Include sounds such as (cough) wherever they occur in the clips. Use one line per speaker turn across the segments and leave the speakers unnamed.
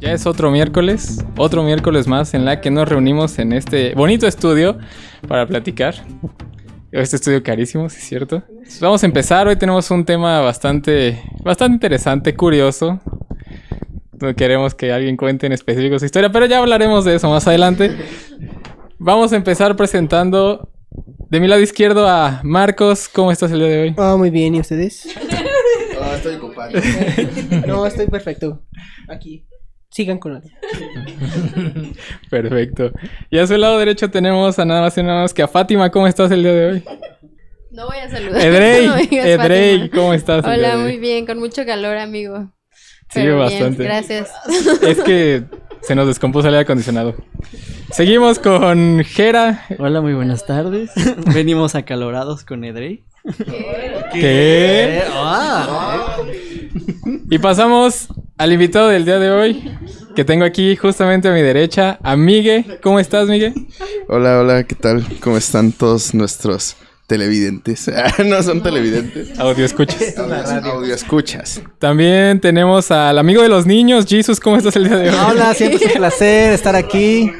Ya es otro miércoles, otro miércoles más en la que nos reunimos en este bonito estudio para platicar. Este estudio carísimo, sí es cierto. Vamos a empezar, hoy tenemos un tema bastante, bastante interesante, curioso. No queremos que alguien cuente en específico su historia, pero ya hablaremos de eso más adelante. Vamos a empezar presentando de mi lado izquierdo a Marcos. ¿Cómo estás el día de hoy?
Ah, muy bien, ¿y ustedes?
No, Ah, estoy ocupado.
No, estoy perfecto. Aquí. Sigan con la...
Perfecto. Y a su lado derecho tenemos a nada más y nada más que a Fátima. ¿Cómo estás el día de hoy?
No voy a saludar.
Edrey,
(laughs) No me digas,
Edrey,
Fátima.
¿cómo estás? el día
Hola,
de hoy?
muy bien, con mucho calor, amigo.
Sí,
Pero bien,
bastante.
gracias.
Es que se nos descompuso el aire acondicionado. Seguimos con Jera.
Hola, muy
(laughs)
buenas tardes. Venimos acalorados con Edrey.
Eh,
¿Qué?
ah.
Y pasamos al invitado del día de hoy, que tengo aquí justamente a mi derecha, a Migue. ¿Cómo estás, Migue?
Hola, hola, ¿qué tal? ¿Cómo están todos nuestros televidentes? (laughs) Ah, no son televidentes.
Audio escuchas.
Audio, audio escuchas.
También tenemos al amigo de los niños, Jesus. ¿Cómo estás el día de hoy?
Hola, siempre es un placer estar aquí.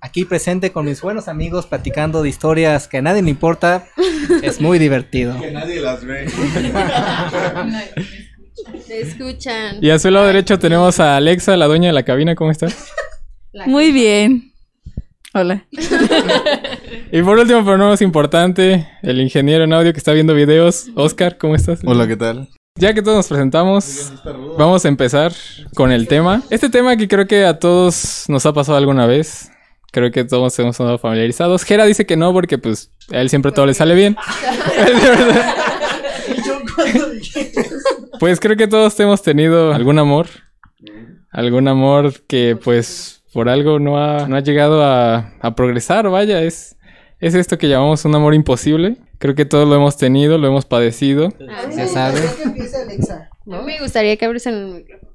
Aquí presente con mis buenos amigos platicando de historias que a nadie le importa. Es muy divertido.
Nadie las ve.
Te escuchan.
Y a su lado derecho tenemos a Alexa, la dueña de la cabina. ¿Cómo estás?
La-
Muy bien. Hola.
Y por último, pero no menos importante, el ingeniero en audio que está viendo videos. Oscar, ¿cómo estás?
Hola, ¿qué tal?
Ya que todos nos presentamos, vamos a empezar con el tema. Este tema que creo que a todos nos ha pasado alguna vez. Creo que todos hemos estado familiarizados. Jera dice que no porque pues a él siempre todo le sale bien. pues creo que todos hemos tenido algún amor. Algún amor que pues por algo no ha, no ha llegado a, a progresar, vaya, es, es esto que llamamos un amor imposible. Creo que todos lo hemos tenido, lo hemos padecido.
Ah,
Ya sabes.
no me gustaría que abriesen el micrófono.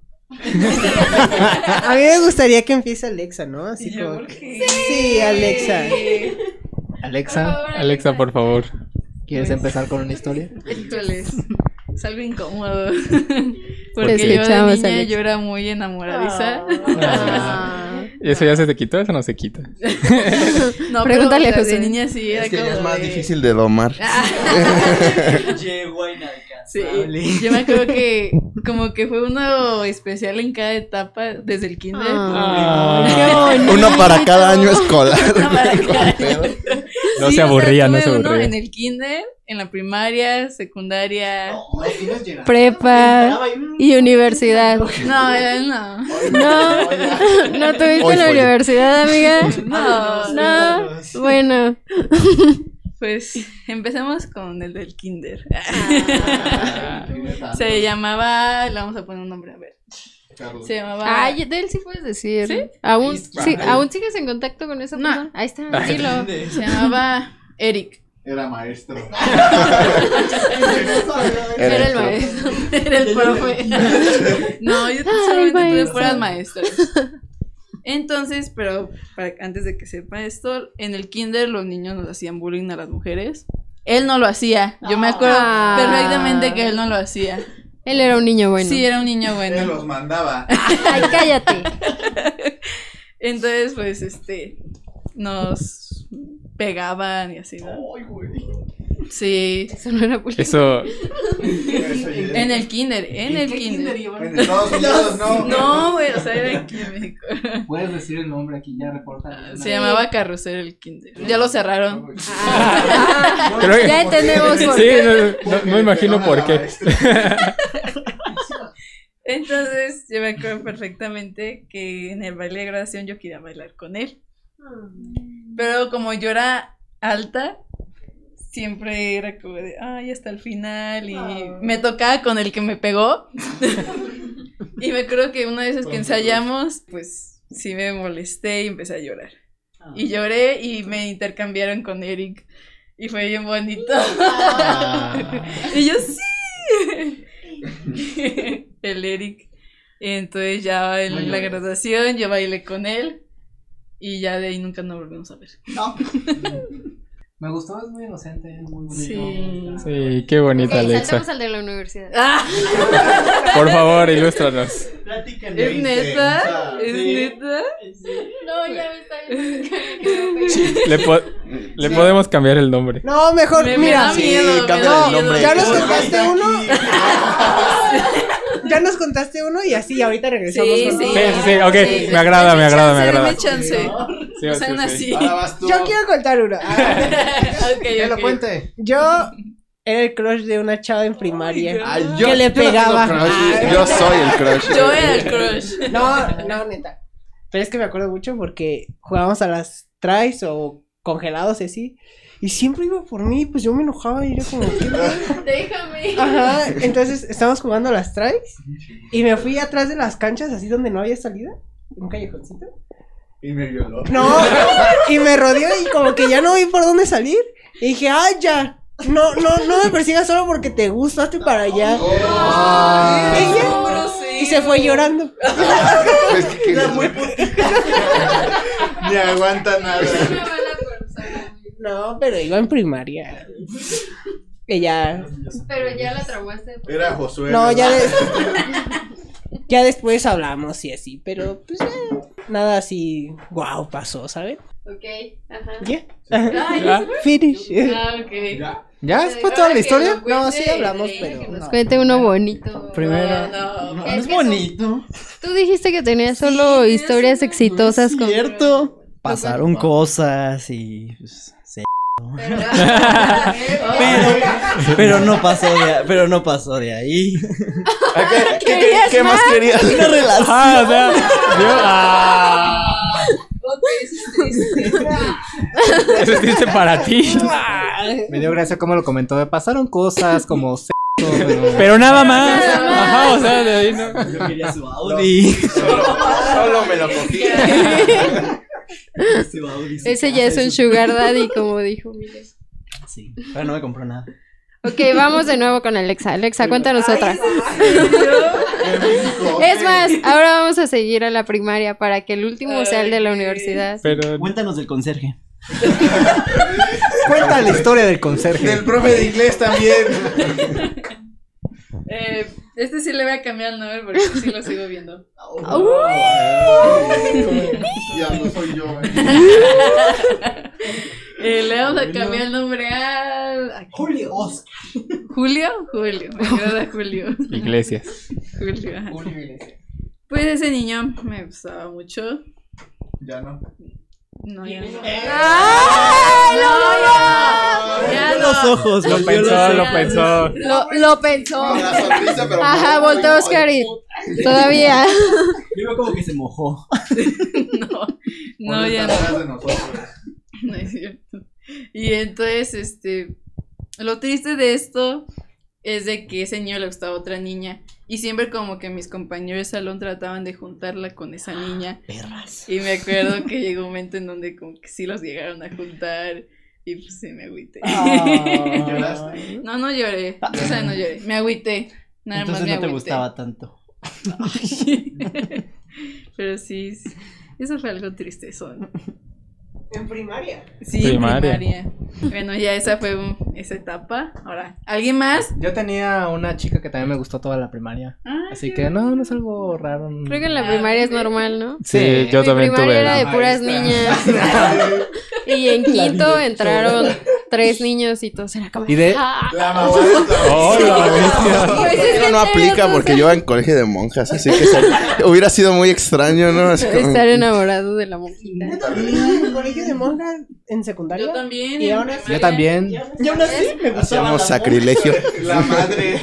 A mí me gustaría que empiece Alexa, ¿no? Así como... que- Sí, Alexa. Alexa,
Alexa, por favor.
¿quieres empezar con una historia?
Híjoles. Es
(laughs)
algo incómodo.
Te
Porque
Pues
yo de
escuchamos,
niña
Alex.
yo era muy enamoradiza.
Ah.
¿Y ¿Eso ya se te quitó? Eso no se quita.
No,
Pregúntale
Pregúntale
a
pero, o sea,
José.
de niña sí era
Es que ya
como
es más
de-
difícil de domar.
Llegó inalcanzable.
(laughs) Sí, yo me acuerdo que como que fue uno especial en cada etapa desde el kinder.
Ah.
Uno para cada año escolar. (laughs)
Una maracana.
No
Sí,
se
Ah, o sea,
aburría, no
tuve
se
uno
aburría.
En el kinder, en la primaria, secundaria.
Prepa y universidad.
No, eh, no.
No, no
Hoy
tuviste la
fue.
universidad, amiga.
No,
No, bueno.
Pues empecemos con el del kinder.
Ah,
Ah,
Se llamaba, le vamos a poner un nombre, a ver. Se llamaba
Ay, de él sí puedes decir. ¿Aún, sí, ¿Aún sigues en contacto con esa
No.
persona? Ahí está, dilo.
se llamaba (laughs) Eric.
Era maestro.
Era el maestro.
Era el profe. (laughs) No, yo solamente tuve puras maestras. Entonces, pero para- antes de que sepa esto, en el kinder los niños nos hacían bullying a las mujeres. Él no lo hacía. Yo me acuerdo
Ah.
perfectamente que él no lo hacía.
Él era un niño bueno.
Sí, era un niño bueno.
mandaba.
Ay, cállate.
Entonces, pues, este, nos pegaban y así, ¿no? Sí,
Eso no era bullying.
Eso,
en el kinder, en el kinder.
En Estados Unidos
No, güey, o sea, era aquí en México.
Puedes decir el nombre aquí, ya reporta.
Se llamaba Carrusel el kinder. Ya lo cerraron.
Ah,
Ah,
creo que-
ya entendemos
(laughs)
por
Sí,
qué.
no- no, no imagino por qué.
Entonces, yo me acuerdo perfectamente que en el baile de graduación yo quería bailar con él. Pero como yo era alta, siempre era como de, ay, hasta el final. Y me tocaba con el que me pegó. y me acuerdo que una de esas que ensayamos, pues sí me molesté y empecé a llorar. Y lloré y me intercambiaron con Eric. Y fue bien bonito. (laughs) y yo sí. (laughs) el Eric. Entonces ya en la graduación yo bailé con él. Y ya de ahí nunca nos volvimos a ver.
(laughs) Me gustó, es muy inocente, es muy bonito.
Sí.
Sí, qué bonita,
Ok,
Alexa.
saltemos al de la universidad.
Ah,
Por favor, ilústranos.
¿Es neta? ¿Es neta?
No, ya me
(laughs)
está
Le, po- le podemos cambiar el nombre.
No, mejor,
Me, me
mira.
da miedo. me
cámbiale
da
el
miedo.
nombre.
Ya nos
Ay,
contaste uno. ya nos contaste uno y así ahorita regresamos.
Sí,
con
sí.
otro.
Sí, sí, sí, ok,
Sí.
me agrada, me agrada, me
Chance,
agrada.
Dame chance.
Sí,
O
sí,
sea, aún
sí.
así.
Ahora vas tú.
Yo quiero contar uno. Ah,
Que
(laughs) Que
lo cuente.
Yo era el crush de una chava en primaria.
Ay, yo-
Que le
yo no tengo
pegaba.
crush, Yo soy el crush.
Yo era el
(laughs)
crush.
No, no, neta. Pero es que me acuerdo mucho porque jugábamos a las tries o congelados y así. Y siempre iba por mí, pues yo me enojaba y yo como... (laughs) "¿Qué?".
Déjame.
Ajá, entonces estábamos jugando a las tries y me fui atrás de las canchas así donde no había salida. Un callejoncito.
Y me violó.
No, y me rodeó y como que ya no vi por dónde salir. Y dije, ay, ya, no, no, no me persigas solo porque te gusta, hazte para allá.
Ah.
Ella- y se fue llorando.
Es que quería-
Ni aguanta nada.
No, pero iba en primaria. Que ya.
Pero ya la traumaste.
Era Josué.
No,
¿verdad?
ya des- Ya después hablamos y así, pero pues eh, nada así. Wow, pasó, ¿saben?
Ok, ajá.
Ya.
¿Ya?
Finish.
Ah, ok.
Ya.
¿Ya? ¿Es
Ahora
toda la
que
historia?
lo cuente,
No, sí hablamos,
eh,
pero
que nos
no.
cuente uno bonito.
Primero.
No, no.
No, es
que
bonito.
Tú dijiste que tenías solo
tenías
historias
una-
exitosas
No es
con.
cierto.
(laughs)
Pasaron cosas y. pues, se-
Pero,
Pero, pero no pasó de, a- pero no pasó de ahí.
Ah, ¿Qué, qué- qué- qué más (laughs) querías?
Una relación.
Ah, o sea, yo- ah. (laughs) Eso es triste para ti.
Ah.
Me dio gracia cómo lo comentó. Me pasaron cosas como sexo, pero...
Pero nada más.
Nada más.
Ajá, o sea, de ahí no.
Yo quería su Audi.
Solo, solo me lo cogí.
Su Audi, su
Ese
casa,
ya es un
su-
sugar daddy, como dijo Miguel.
Sí, pero no me compró nada.
Ok, vamos de nuevo con Alexa. Alexa, cuéntanos otra. Es más, ahora vamos a seguir a la primaria para que el último sea el de la universidad.
Pero
Cuéntanos del conserje.
Cuenta la historia del conserje.
Del profe de inglés también.
eh, este sí le voy a cambiar el nombre porque sí lo sigo viendo.
Ya no soy yo.
Eh, le vamos a cambiar el nombre a. Julio. ¿Julio? Julio. Me agrada Julio.
Iglesias.
Julio. ajá. Pues ese niño me gustaba mucho.
Ya no.
No, ya no.
Eh,
Volvió los ojos,
Lo
volvió los
pensó,
ojos.
lo pensó.
Lo, lo pensó.
Con la sonrisa, pero.
Ajá, volteó Oscar y todavía.
Yo veo como que se mojó.
No, no, ya no. (laughs) No es cierto. Y entonces, este, lo triste de esto es de que ese niño le gustaba a otra niña. Y siempre como que mis compañeros de salón trataban de juntarla con esa niña.
Ah, Perras.
Y me acuerdo que
(laughs)
llegó un momento en donde como que sí los llegaron a juntar. Y pues sí, me agüité.
Ah.
Ah.
(laughs) Entonces
No, no lloré. O sea, no lloré. Me agüité. Nada más me
no te
agüité.
gustaba tanto.
(laughs) Pero sí, es- eso fue algo tristezón.
En primaria.
Sí,
Primaria.
primaria. Bueno, ya esa fue un- esa etapa. Ahora, ¿alguien más?
Yo tenía una chica que también me gustó toda la primaria.
Ah,
Así que no, no es algo raro.
Creo que en la primaria es normal, ¿no?
Sí, yo
Mi
también
primaria era de
tuve.
puras niñas. y en quinto entraron tres niños y todos era como.
Y de-
"Ah".
La mamá de
(laughs)
la-
Hola,
Pues
bestia.
Conmigo no aplica porque yo iba en colegio de monjas, así que se- hubiera sido muy extraño, ¿no? Así como-
Estar enamorado de la monjita.
En colegio de monjas en secundaria.
Yo también.
Y
en
aún así-
Yo
primaria.
también.
Y aún así me gustaba.
Hacíamos sacrilegio.
La madre.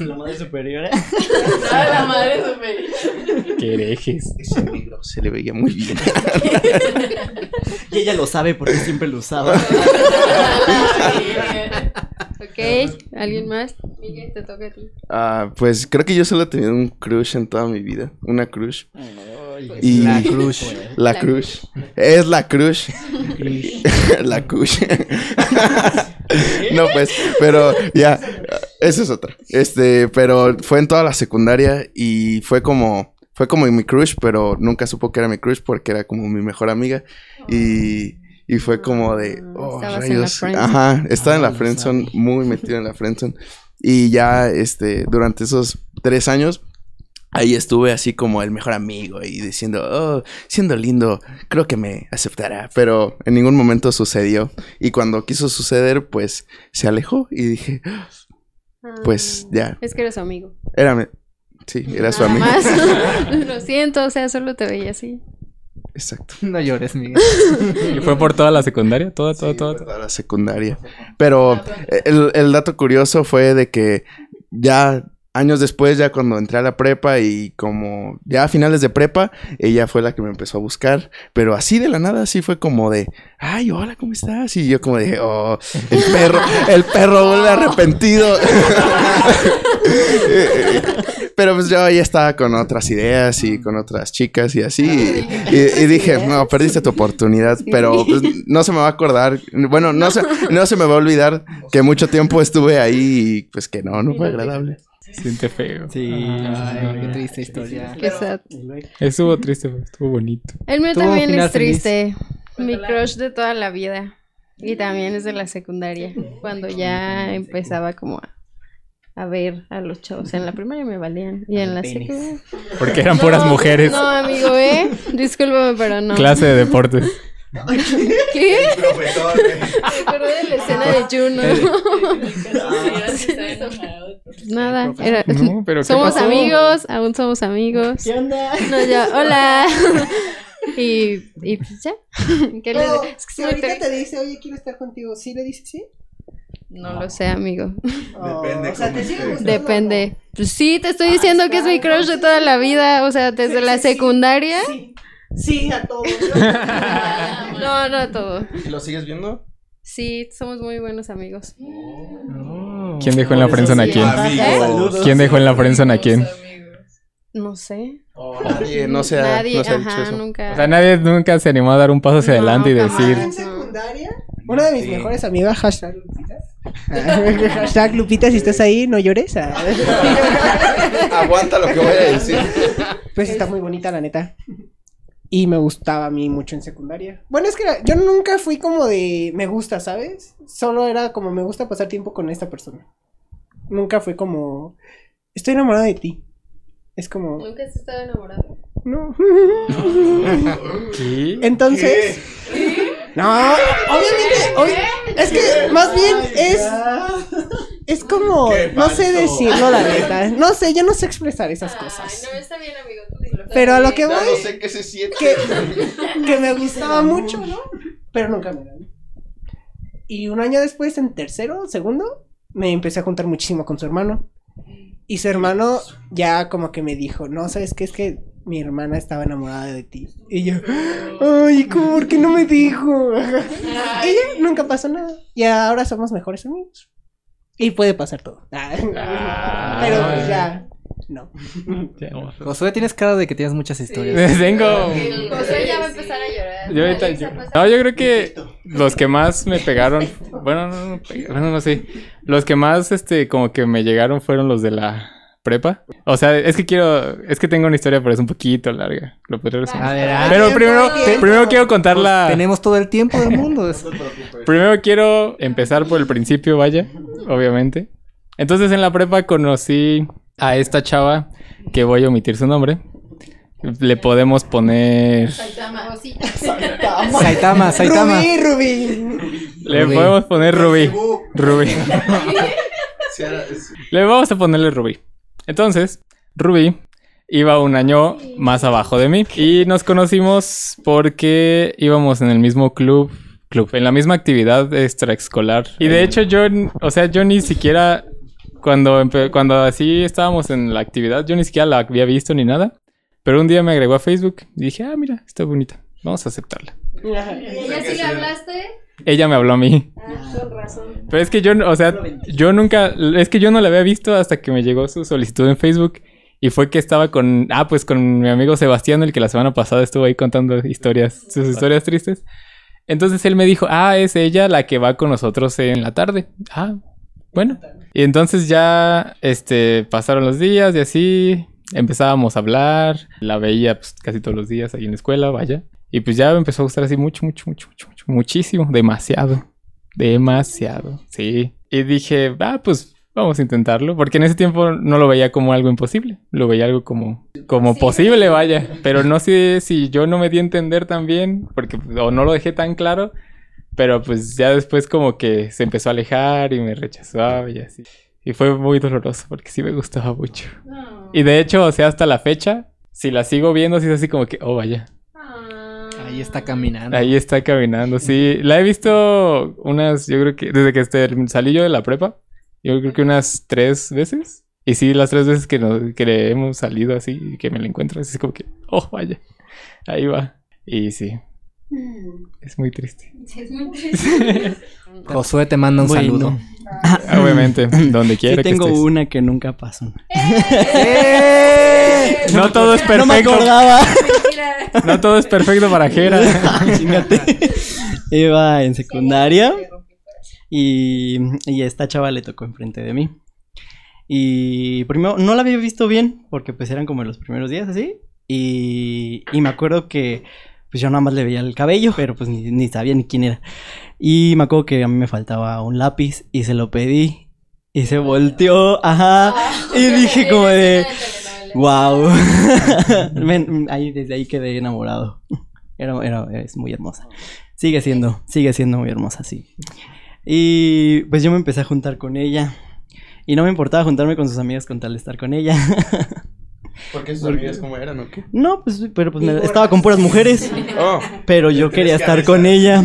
La madre superior. ¿eh?
Ah,
(laughs)
la madre
(laughs)
superior.
Qué herejes.
Ese negro se le veía muy bien.
Y ella lo sabe porque siempre lo usaba.
Ok, ¿alguien más? Miguel, te toca a ti.
Ah, pues creo que yo solo he tenido un crush en toda mi vida. Una crush. Y
La (laughs) crush.
La
La
crush. Es la crush. (laughs) la
(laughs)
crush. no, pues, pero ya, esa es otra. Este, pero fue en toda la secundaria y fue como, fue como mi crush, pero nunca supo que era mi crush porque era como mi mejor amiga. Y, Y fue como de, oh,
Ah, Estabas en la
rayos.
friendzone.
Ajá, estaba en la
Ah,
friendzone,
sabe.
muy metido en la friendzone. Y ya, este, durante esos tres años, ahí estuve así como el mejor amigo y diciendo, oh, siendo lindo, creo que me aceptará. Pero en ningún momento sucedió. Y cuando quiso suceder, pues se alejó y dije, pues ya,
Ah, Es que eres su amigo.
era, mi- sí, era su
Nada
amigo.
Ah, más. (laughs) Lo siento, o sea, solo te veía así.
Exacto.
(laughs) No llores, Miguel.
Y fue por toda la secundaria, toda, toda,
Sí,
toda.
fue toda la secundaria. Pero eh, el, el dato curioso fue de que ya años después, ya cuando entré a la prepa y como ya a finales de prepa, ella fue la que me empezó a buscar. Pero así de la nada, así fue como de, ay, hola, ¿cómo estás? Y yo como de, oh, el perro, el perro vuelve arrepentido. (laughs) Pero pues yo ya estaba con otras ideas y con otras chicas y así. Y, y- y dije, no, perdiste tu oportunidad, pero pues, no se me va a acordar. Bueno, no se, no se me va a olvidar que mucho tiempo estuve ahí y pues que no, no fue agradable.
Siente feo.
Sí.
Ay, qué triste historia.
Qué sad.
Estuvo triste, pero estuvo bonito.
El mío
Tuvo
también
final
es
feliz.
triste. Mi
Ojalá.
crush de toda la vida. Y también es de la secundaria. Cuando ya empezaba como a, a ver a los chavos. En la primaria me valían. Y en la
Penes.
secundaria.
Porque eran puras
No,
mujeres.
No, amigo, ¿eh? Discúlpame, pero no.
Clase de deportes.
(laughs) ¿Qué?
Profesor, eh. güey.
Me acuerdo de la escena de Juno. (laughs) Nada, era. (laughs)
No, pero Eh, ¿qué
Somos
pasó?
(laughs) amigos, aún somos amigos.
¿Qué onda?
No, ya, (laughs) hola. y, y pues ya. (laughs) ¿Qué les-
Pero,
es que sí
si
me
ahorita
pega-
te dice, oye, quiero estar contigo, ¿sí le dices sí?
No lo sé, amigo.
Depende
Oh, o sea,
cómo
te sigue
esté.
gustando.
Depende. Pues sí, te estoy diciendo que es mi crush de toda la vida. O sea, desde
Sí,
la
sí, sí.
secundaria.
Sí. Sí, a todos.
No, no todo.
¿Y lo sigues viendo?
Sí, somos muy buenos amigos.
¿Quién dejó en la friendzone a
sí.
quién?
Amigos.
¿Quién dejó en la friendzone a quién?
No sé.
Nadie, no se ha,
Nadie,
no se ha dicho
ajá,
eso.
nunca.
O sea, nadie nunca se animó a dar un paso hacia
No,
adelante y
jamás.
decir,
En secundaria, una de mis mejores amigas, hashtag Lupitas. (laughs) hashtag Lupita, si estás ahí, no llores. Ah.
(laughs) Aguanta lo que voy a decir.
Pues está muy bonita, la neta. Y me gustaba a mí mucho en secundaria. Bueno, es que era- yo nunca fui como de me gusta, ¿sabes? Solo era como me gusta pasar tiempo con esta persona. Nunca fue como estoy enamorada de ti. Es como
Nunca has estado enamorado.
(laughs)
no.
¿qué?
Entonces, no, obviamente, ob- es que más bien es es como
Qué
no sé
falso.
decirlo la neta. No sé, yo no sé expresar esas cosas.
no, está bien, amigo.
Pero a lo que
Ya
voy
Ah, no sé qué se siente.
que, que me gustaba mucho, ¿no? Pero nunca me dan. Y un año después, en tercero, segundo, me empecé a juntar muchísimo con su hermano. Y su hermano ya como que me dijo, no, ¿sabes qué? Es que mi hermana estaba enamorada de ti. Y yo, ay, ¿cómo? ¿Por qué no me dijo? Y ya, nunca pasó nada. Y ahora somos mejores amigos. Y puede pasar todo. (laughs) Pero pues ya, no.
Josué, tienes cara de que tienes muchas historias.
Tengo...
José ya va a empezar a llorar.
Yo ahorita- yo- no, yo creo que los que más me pegaron, bueno, no, no, pe- bueno, no sé, los que más, este, como que me llegaron fueron los de la prepa. O sea, es que quiero, es que tengo una historia, pero es un poquito larga. Lo podré resumir.
A ver, a ver.
Pero primero, primero quiero contar la...
Pues Tenemos todo el tiempo del mundo.
Primero quiero empezar por el principio, vaya, obviamente. Entonces en la prepa conocí a esta chava que voy a omitir su nombre. Le podemos poner.
(laughs)
Saitama, Saitama.
Rubí, Rubí.
Le
Rubí.
podemos poner Rubí.
Uh,
Rubí.
sí, era- sí.
Le vamos a ponerle Rubí. Entonces, Rubí iba un año más abajo de mí. Y nos conocimos porque íbamos en el mismo club. Club, en la misma actividad extraescolar. Y de hecho, yo, n- o sea, yo ni siquiera. Cuando, empe- cuando así estábamos en la actividad, yo ni siquiera la había visto ni nada. Pero un día me agregó a Facebook y dije, ah, mira, está bonita. Vamos a aceptarla.
¿Ella sí le hablaste?
Ella me habló a mí.
Ah, con razón.
Pero es que yo, no- o sea, yo nunca, es que yo no la había visto hasta que me llegó su solicitud en Facebook y fue que estaba con, ah, pues con mi amigo Sebastián, el que la semana pasada estuvo ahí contando historias, sus historias tristes. Entonces él me dijo, ah, es ella la que va con nosotros en la tarde. Ah, bueno. Y entonces ya, este, pasaron los días y así empezábamos a hablar. La veía pues, casi todos los días ahí en la escuela, vaya. Y pues ya me empezó a gustar así mucho, mucho, mucho, mucho, mucho, muchísimo, demasiado, demasiado, sí. Y dije, ah, pues vamos a intentarlo, porque en ese tiempo no lo veía como algo imposible, lo veía algo como, como posible, vaya. Pero no sé si yo no me di a entender tan bien, porque o no lo dejé tan claro, pero pues ya después como que se empezó a alejar y me rechazaba y así. Y fue muy doloroso porque sí me gustaba mucho. Y de hecho, o sea, hasta la fecha, si la sigo viendo, sí es así como que, oh, vaya.
Ahí está caminando.
Ahí está caminando, sí. La he visto unas, yo creo que desde que este- salí yo de la prepa, yo creo que unas tres veces. Y sí, las tres veces que, nos, que le hemos salido así y que me la encuentro, así es como que, oh, vaya, ahí va. Y sí, es muy
(laughs)
triste.
Josué te manda un
Bueno.
saludo.
Obviamente, donde
Yo
quiera que
tengo
estés.
una que nunca pasó.
¡Eh!
No todo es
No me
perfecto.
acordaba.
(laughs)
(laughs)
Mira,
No todo es perfecto para (laughs) Jera.
(laughs) Chingate. Iba en secundaria y, y esta chava le tocó enfrente de mí. Y primero no la había visto bien porque pues eran como los primeros días así. Y, y me acuerdo que pues yo nada más le veía el cabello, pero pues ni, ni sabía ni quién era. Y me acuerdo que a mí me faltaba un lápiz y se lo pedí. Y se volteó, ajá. Y dije como de... Wow. (laughs) ahí, desde ahí quedé enamorado. Era, era- es muy hermosa. Sigue siendo, sigue siendo muy hermosa, sí. Y pues yo me empecé a juntar con ella. Y no me importaba juntarme con sus amigas con tal de estar con ella. (laughs)
¿Por qué sus amigas cómo eran o qué?
No, pues, pero pues me- estaba con puras mujeres.
Oh,
Pero yo quería estar con ella.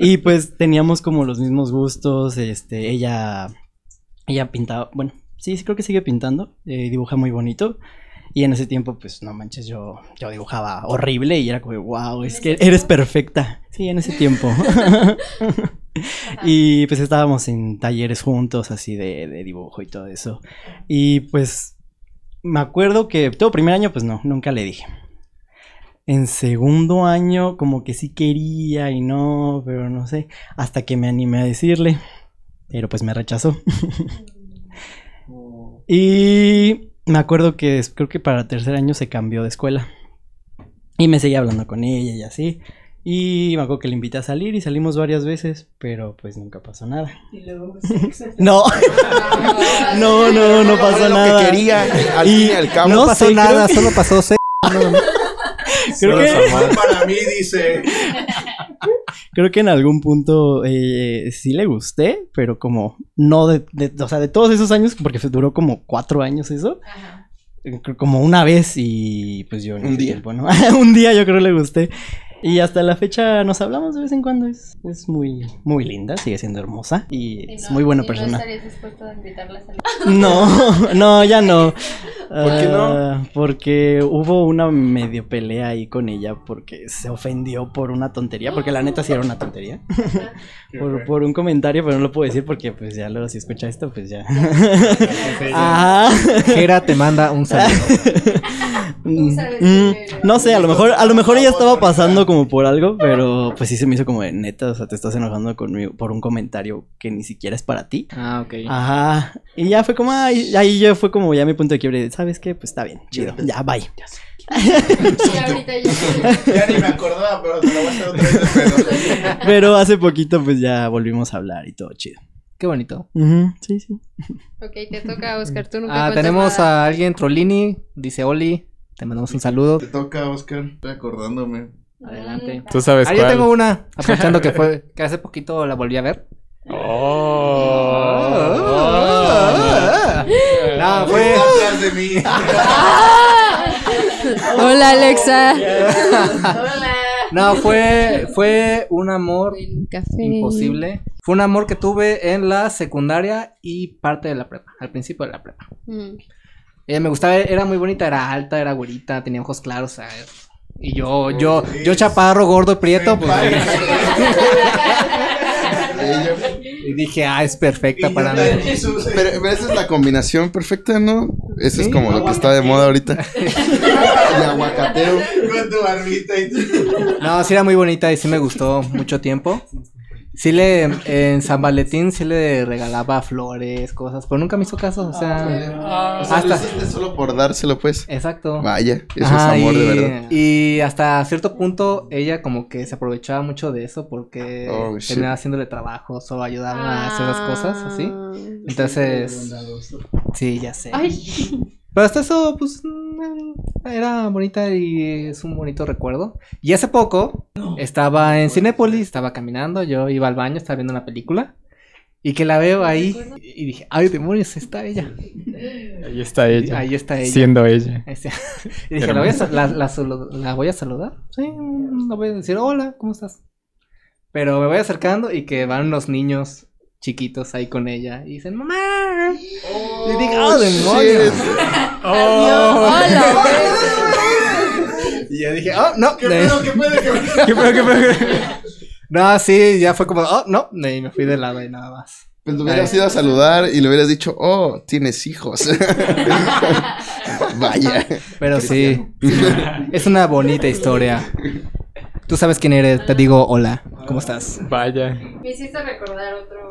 Y pues teníamos como los mismos gustos. Este, ella. Ella pintaba. Bueno, sí, sí creo que sigue pintando. eh, dibuja muy bonito. Y en ese tiempo, pues no manches, yo, yo dibujaba horrible y era como, wow, es que eres perfecta. Sí, en ese tiempo. (laughs) y pues estábamos en talleres juntos, así de, de dibujo y todo eso. Y pues me acuerdo que todo primer año, pues no, nunca le dije. En segundo año, como que sí quería y no, pero no sé. Hasta que me animé a decirle. Pero pues me rechazó. (laughs) y me acuerdo que des- creo que para tercer año se cambió de escuela. Y me seguía hablando con ella y así. Y me acuerdo que le invité a salir y salimos varias veces, pero pues nunca pasó nada.
y luego sexo.
No, (laughs) no, no,
(laughs)
no pasó
era Lo que
nada.
quería, al
Y-
fin y al cabo.
no
No pasó
sé, creo
nada,
que-
solo pasó sexo.
Creo que
Para mí, dice.
Creo que en algún punto eh, sí le gusté, pero como no de, de- o sea, de todos esos años, porque se duró como cuatro años eso, eh, creo como una vez y pues yo... en
Un
ese
día.
tiempo, ¿no? (laughs) un día yo creo le gusté. Y hasta la fecha nos hablamos de vez en cuando, es, es muy, muy linda, sigue siendo hermosa y, es muy buena persona. (laughs) No, no, ya no.
(laughs) ¿Por qué no?
Ah, porque hubo una medio pelea ahí con ella porque se ofendió por una tontería, porque la neta sí era una tontería. por, por un comentario, pero no lo puedo decir porque pues ya luego si escucha esto, pues ya. (laughs) Ajá.
Jera te manda un saludo.
Mm, mm, no sé, a lo mejor, a lo mejor ella estaba pasando como por algo, pero pues sí se me hizo como de neta, o sea, te estás enojando conmigo por un comentario que ni siquiera es para ti.
Ah, ok.
Ajá. Y ya fue como, ay, ahí yo fue como ya mi punto de quiebre. de, ¿Sabes qué? Pues está bien, chido. Ya, bye.
(laughs)
Ya ni me acordaba, pero te lo voy a hacer otra vez de pedo.
Pero hace poquito, pues ya volvimos a hablar y todo chido.
Qué bonito.
Ujú, Sí, sí.
Ok, te toca, Oscar. Tú nunca
Ah,
cuentas
tenemos
nada.
a alguien, Trolini, dice Oli. Te mandamos un saludo.
Te toca, Oscar, recordándome.
Adelante.
Tú sabes
Ah, yo
cuál.
tengo una. Aprovechando que fue, (laughs) que hace poquito la volví a ver.
Oh.
No, Ah, fue.
Está atrás de mí.
(laughs) Hola, Alexa.
No, fue. Fue un amor
En un café.
imposible. Fue un amor que tuve en la secundaria y parte de la prepa, al principio de la prepa.
Mm.
Ella me gustaba, era muy bonita, era alta, era güerita, tenía ojos claros, o sea, Y yo, yo, yo chaparro, gordo, prieto, pues. Y dije, ah, es perfecta para mí.
Pero, pero esa es la combinación perfecta, ¿no? Eso es como lo que está de moda ahorita. Y aguacateo.
Con tu barbita y tu...
No, sí era muy bonita y sí me gustó mucho tiempo. Sí le, en San Valentín sí le regalaba flores, cosas, pero nunca me hizo caso, o sea,
O sea, lo
hasta,
hiciste solo por dárselo, pues.
exacto.
Vaya, eso
Ajá,
es amor
y,
de verdad.
Y hasta cierto punto ella como que se aprovechaba mucho de eso porque
Oh, shit.
terminaba haciéndole trabajos o ayudaba a hacer las cosas así. Entonces, sí, ya sé.
Ah. Ay,
Pero hasta eso, pues, mm, era bonita y es un bonito recuerdo. Y hace poco estaba en Cinépolis, estaba caminando, yo iba al baño, estaba viendo una película. Y que la veo ahí y dije, ay, demonios, está ella.
Ahí está ella.
Ahí está ella.
Siendo ella.
Este, (laughs) y dije, ¿la voy, a, sa- la, la salu- la voy a saludar? Sí, no voy a decir, hola, ¿cómo estás? Pero me voy acercando y que van los niños chiquitos ahí con ella y dicen, mamá. y dije, ¡ah, demonios!
(laughs)
Y yo dije,
"Ah,
oh, no. de-
¿Qué pedo, qué pedo?
No, sí, ya fue como, oh, no. Y me fui de lado y nada más.
Pues lo hubieras ido a saludar y le hubieras dicho, oh, tienes hijos. Vaya.
Pero sí, es una bonita historia. Tú sabes quién eres, te digo hola, ¿cómo estás?
Vaya.
me hiciste recordar otro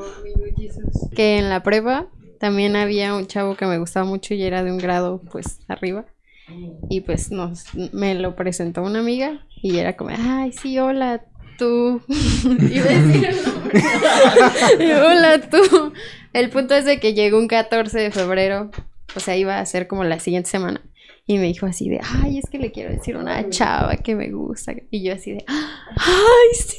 Que en la prepa también había un chavo que me gustaba mucho y era de un grado pues arriba. Y pues nos me lo presentó una amiga y era como, ay sí, hola, tú. (laughs) Iba a decir el nombre. (laughs) hola tú. El punto es de que llegó un 14 de febrero, o sea, iba a ser como la siguiente semana. Y me dijo así de, ay, es que le quiero decir a una chava que me gusta. Y yo así de, ay, sí.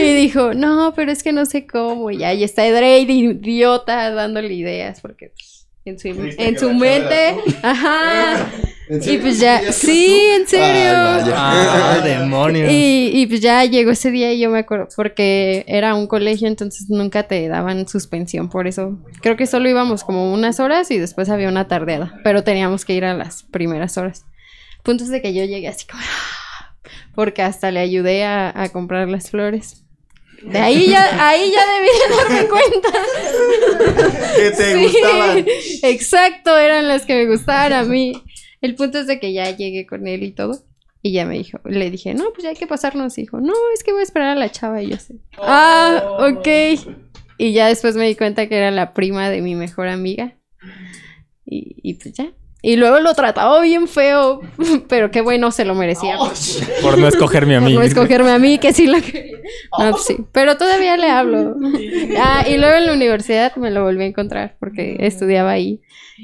Y dijo, no, pero es que no sé cómo. Y ahí está Drake, idiota, dándole ideas, porque pues, en su,
Viste
en
que
su
la chava
mente,
era
ajá.
¿En
Y
serio?
pues ya, sí, en serio.
Ay, vaya.
Ah, demonios.
Y, y pues ya llegó ese día y yo me acuerdo, porque era un colegio, entonces nunca te daban suspensión por eso. Creo que solo íbamos como unas horas y después había una tardeada, pero teníamos que ir a las primeras horas. Puntos de que yo llegué así como, "Ah", porque hasta le ayudé a, a comprar las flores. De ahí
(laughs)
ya, ahí ya debí de darme cuenta.
Que te
Sí,
gustaban.
Exacto, eran las que me gustaban a mí. El punto es de que ya llegué con él y todo. Y ya me dijo, le dije, no, pues ya hay que pasarnos. Y dijo, no, es que voy a esperar a la chava. Y yo así, ah, ok. Y ya después me di cuenta que era la prima de mi mejor amiga. Y, y pues ya. Y luego lo trataba bien feo, (laughs) pero qué bueno, se lo merecía.
Por no escogerme a
Por
mí.
no escogerme a mí, que sí la quería. No, pues sí. Pero todavía le hablo. Ah, y luego en la universidad me lo volví a encontrar porque estudiaba ahí.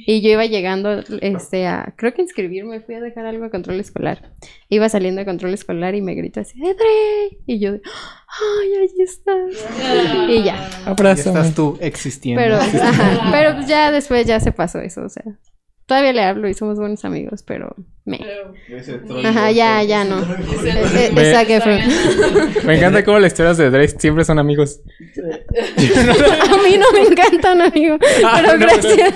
Y yo iba llegando, este, a, creo que inscribirme, fui a dejar algo a control escolar. Iba saliendo de control escolar y me gritó así, ¡Edre! Y yo, ¡ay, ahí estás! Y ya.
Ya estás tú existiendo.
(laughs)
Pero, ajá, pero pues ya después ya se pasó eso, o sea. Todavía le hablo y somos buenos amigos, pero me. Ajá, ya,
(laughs)
ya no. Eh, eh, esa que fue.
Me encanta cómo las historias de Drake siempre son amigos.
A mí no me encantan, amigo.
Ah,
Pero
no.
gracias.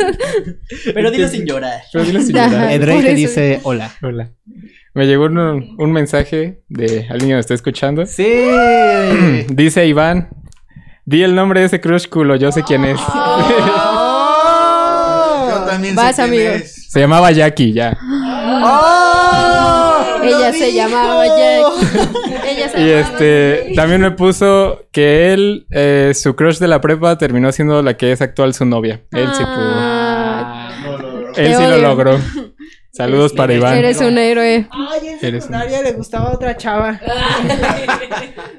Pero dilo sin llorar.
Pero dile sin
Ajá.
llorar.
Edrey
Ah, por
te
eso.
dice hola.
Hola. Me llegó un, un mensaje de alguien que nos está escuchando.
Sí.
Dice Iván. Di el nombre de ese crush culo, yo sé quién es.
Ah.
Yo también
Vas,
sé quién
amigo.
es.
(laughs) Se llamaba Jackie, ya.
Ella se llamaba Jack. (laughs) Ella se
Y
llamaba
este, también me puso que él, eh, su crush de la prepa terminó siendo la que es actual su novia. Él sí pudo.
Ah,
No lo logró.
Él
te
sí lo
odio. (laughs)
logró. Saludos para Iván.
Eres un héroe.
Ay, en
Eres un-
secundaria le gustaba otra chava.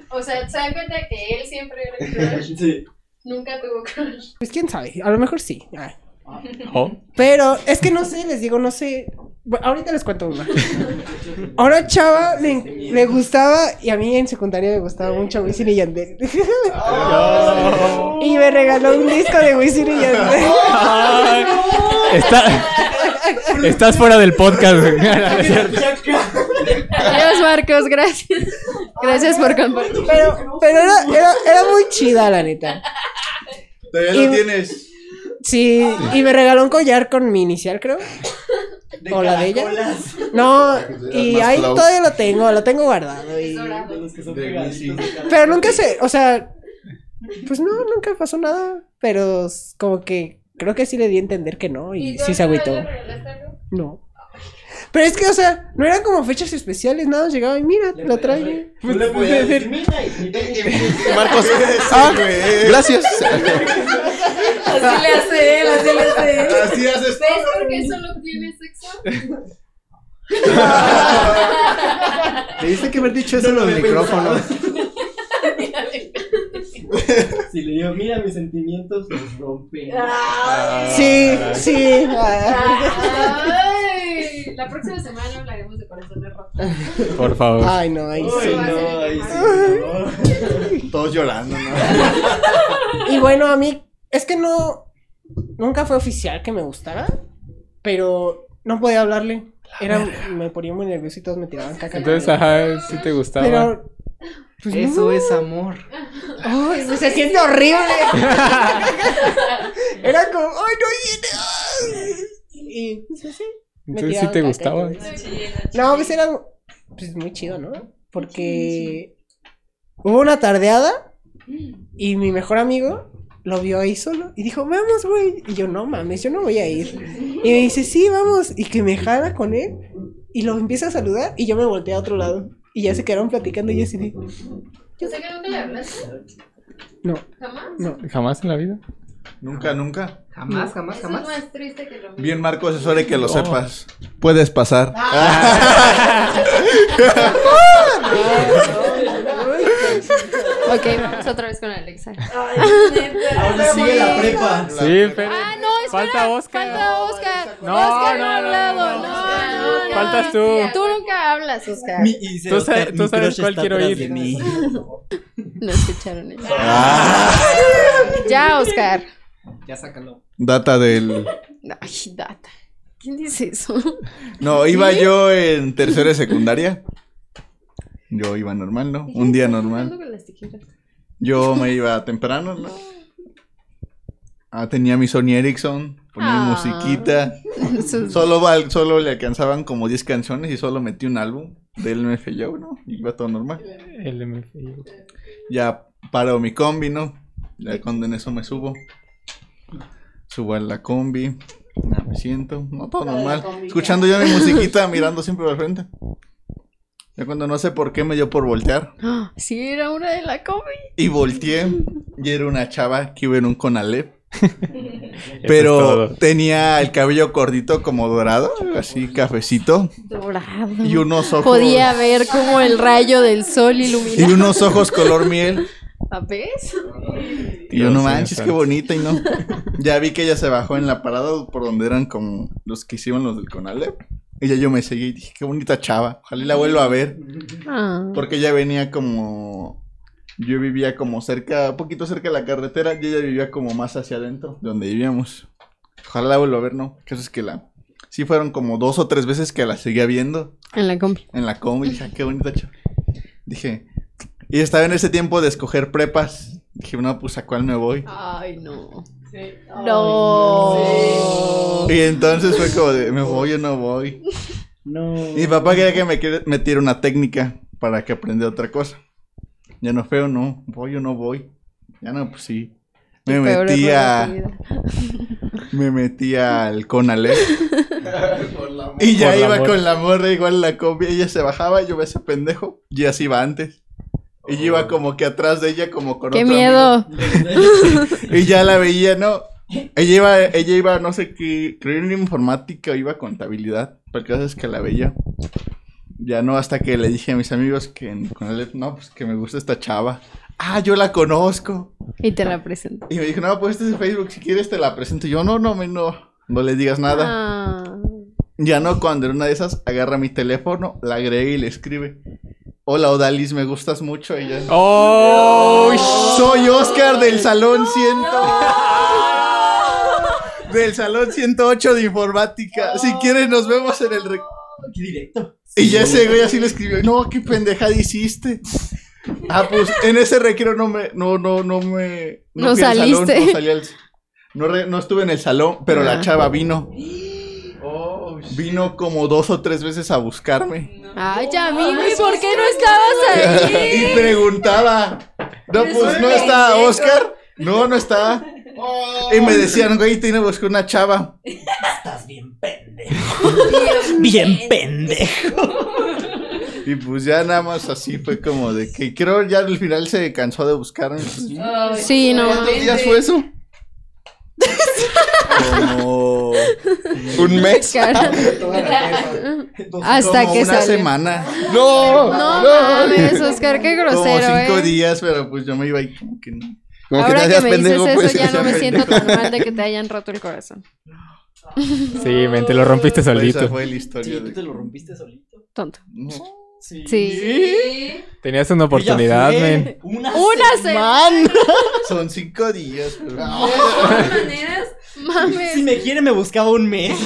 O sea, ¿se dan cuenta que él siempre era crush? Nunca tuvo crush.
Pues quién sabe, a lo mejor sí. Ah.
Oh.
Pero es que no sé, les digo, no sé. Bueno, ahorita les cuento una. Ahora chava le, le gustaba y a mí en secundaria me gustaba mucho Wisin y Yandel.
Oh.
(laughs) Y me regaló un disco de Wisin y Yandel.
Ay,
(laughs)
está- estás fuera del podcast. (laughs) güey. No es cierto.
Adiós, Marcos, gracias. Gracias por compartir.
Pero, pero era, era, era muy chida, la neta.
Todavía
Y-
lo tienes.
Sí, y me regaló un collar con mi inicial, creo. o la de ella. (laughs) No, y
más
ahí
close.
todavía lo tengo, lo tengo guardado. y- Pero nunca se, o sea, pues no, nunca pasó nada. Pero s- como que creo que sí le di a entender que no y sí se agüitó. No. Pero es que, o sea, no eran como fechas especiales, nada, más llegaba y mira, lo trae.
Tú le podías decir, mira, y- y- y-
Marcos, ah, gracias.
Así le hace él, así le hace él.
Así haces tú.
¿Ves por qué solo tiene sexo?
Debiste que haber dicho eso en los
pues.
micrófonos.
Si le digo, mira, mis sentimientos los rompen.
(laughs) Sí, sí. ah.
Ay, la próxima semana hablaremos de corazones rotos.
Por favor.
Ah.
Ay, no, ahí sí.
Ay, no, ay, sí, no.
Todos llorando, ¿no?
Y bueno, a mí es que no. Nunca fue oficial que me gustara, pero no podía hablarle. Era, me ponía muy nervioso y todos me tiraban caca.
Entonces, ajá, sí te gustaba.
pero. Pues
Eso es amor.
Ay, pues se siente horrible. Era como, ay, no, y- y. pues así. me
Entonces, sí
tiraban
te
caca,
gustaba.
entonces. No, pues era pues muy chido, ¿no? Porque hubo una tardeada y mi mejor amigo lo vio ahí solo y dijo, vamos, güey. Y yo, no mames, yo no voy a ir. Y me dice, sí, vamos. Y que me jala con él y lo empieza a saludar y yo me volteé a otro lado. Y ya se quedaron platicando y yo así de,
Yo sé que nunca le hablaste.
no,
¿Jamás?
no.
Jamás en la vida.
Nunca, nunca.
Jamás, jamás,
Eso es más triste que lo mío.
Bien, Marcos, es hora de que
No.
lo sepas. Puedes pasar.
Ok, vamos otra vez con Alexa.
Ahora sigue la prepa.
Sí, pero.
Ah, no, espera.
Falta Oscar.
Falta Oscar.
No,
Oscar no,
no,
ha
no,
hablado.
no,
No,
no,
no, no.
Faltas tú.
Tú nunca hablas, Oscar.
(laughs) Mi- y se
Tú
nota,
sabes-
mi
tú sabes
crush
cuál
está
quiero
atrás
ir.
de mí.
No escucharon eso.
Ah.
(laughs) Ya, Oscar.
Ya sácalo.
Data del.
Ay, data. ¿Quién dice eso?
No, iba yo en tercero de secundaria. Yo iba normal, ¿no? Un día normal. Yo me iba temprano, ¿no? Ah, tenía mi Sony Ericsson, ponía mi
Ah.
musiquita. Solo, val- solo le alcanzaban como 10 canciones y solo metí un álbum del MFYO, ¿no? Y iba todo normal.
El MFI.
Ya paro mi combi, ¿no? Ya cuando en eso me subo. Subo a la combi. ya me siento. No, todo normal. Escuchando yo mi musiquita, mirando siempre al frente. Ya cuando no sé por qué me dio por voltear.
Ah, Sí, era una de la combi.
Y volteé. Y era una chava que iba en un Conalep.
Eso es
Pero
todo.
tenía el cabello cortito como dorado, así cafecito.
Dorado.
Y unos ojos.
Podía ver como el rayo del sol
Y
iluminaba.
unos ojos color miel.
¿Ah, ¿Ves?
Y yo,
Dios
no
mío,
manches, qué
santo.
bonita, y no. Ya vi que ella se bajó en la parada por donde eran como los que hicieron los del Conalep. Y ya yo me seguí y dije, qué bonita chava, ojalá y la vuelva a ver.
Ah.
Porque ella venía como... Yo vivía como cerca, un poquito cerca de la carretera, y ella vivía como más hacia adentro, de donde vivíamos. Ojalá la vuelva a ver, ¿no? Que eso es que la... Sí fueron como dos o tres veces que la seguía viendo
En la combi.
en la combi. Dije, "Ah, qué bonita chava. Dije... Y estaba en ese tiempo de escoger prepas. Dije, no, pues a cuál me voy.
Ay, no. No.
Y entonces fue como de, ¿me voy o no voy?
No.
Mi papá quería que me quer- metiera una técnica para que aprenda otra cosa. Ya no feo, no. ¿Voy o no voy? Ya no, pues sí. Me
El peor error
metí
de
a...
tu vida.
Me metí al Conalep.
(laughs)
y
Por
ya
la
iba
morra.
con la morra igual en la combi. Ella se bajaba, yo veía ese pendejo. Y así iba antes. Y yo
Oh.
iba como que atrás de ella como con
¡Qué
otro
miedo!
Y ya la veía, ¿no? Ella iba, ella iba, no sé qué, creo en informática o iba a contabilidad, porque haces que la veía. Ya no, hasta que le dije a mis amigos que en- con él, no, pues que me gusta esta chava. Ah, yo la conozco.
Y te la presento.
Y me dijo, no, pues este es Facebook, si quieres te la presento. Y yo, no, no, me- no, no le digas nada.
Ah.
Ya no, cuando en una de esas agarra mi teléfono, la agrega y le escribe. Hola, Odalis, me gustas mucho. Y ya,
¡Oh!
soy Oscar del Salón 100. Del Salón 108 de Informática. Si quieres, nos vemos en el. rec-
Directo.
Y ya ese güey así le escribió. No, qué pendejada hiciste. Ah, pues en ese recreo no me. No, no, no me.
No
fui al salón,
saliste.
no, salí al- no re- no estuve en el salón, pero la
Ah.
chava vino. Vino como dos o tres veces a buscarme.
Ay, Yamil, ¿y por qué no estabas ahí?
Y preguntaba. No,
Eres
pues
un
no está
pendejo.
Oscar. No, no está. Y me decían, güey, te vine a buscar una chava.
Estás bien pendejo. Bien pendejo.
Y pues ya nada más así fue como de que creo ya al final se cansó de buscarme.
Ay,
Sí, no.
¿Cuántos días fue eso? Como
¿Un mes?
Cara. Hasta
como
que salió.
una semana.
¡No! ¡No!
No mames, Oscar, qué
Como
grosero,
cinco
eh.
días, pero pues yo me iba y como que no.
Como
Ahora que
seas
me
pendejo,
dices
pues,
eso, ya no me
seas
siento tan mal de que te hayan roto el corazón.
Sí, men, te lo rompiste
Pues, Esa
solito.
fue la historia.
(laughs)
de-
lo rompiste solito.
Tonto.
No.
Sí.
Tenías una oportunidad, men.
Una, (laughs)
Una semana.
Son cinco días, pero...
todas maneras,
Si
Mames.
me quiere, me buscaba un mes.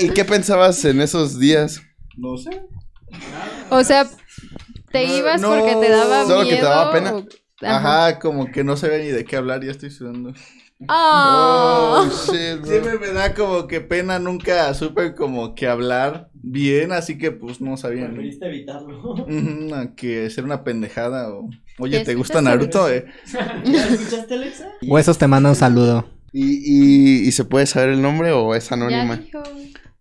¿Y, y qué pensabas en esos días?
No sé.
O sea, te
No,
ibas
no,
porque te daba
solo que te
miedo.
daba pena.
o- Ajá.
Ajá, como que no sabía ni de qué hablar, ya estoy sudando.
Ah.
Oh, shit, bro.
Siempre me da como que pena, nunca supe como que hablar bien, así que pues no sabía. ni-
Preferiste (laughs) evitarlo.
Ujú, a que ser una pendejada o... Oye,
Ya
¿te gusta
escuchaste
Naruto? Eh?
¿Ya escuchaste, Alexa?
Huesos te manda un saludo.
¿Y, y, y se puede saber el nombre o es
Ya
anónima?
dijo.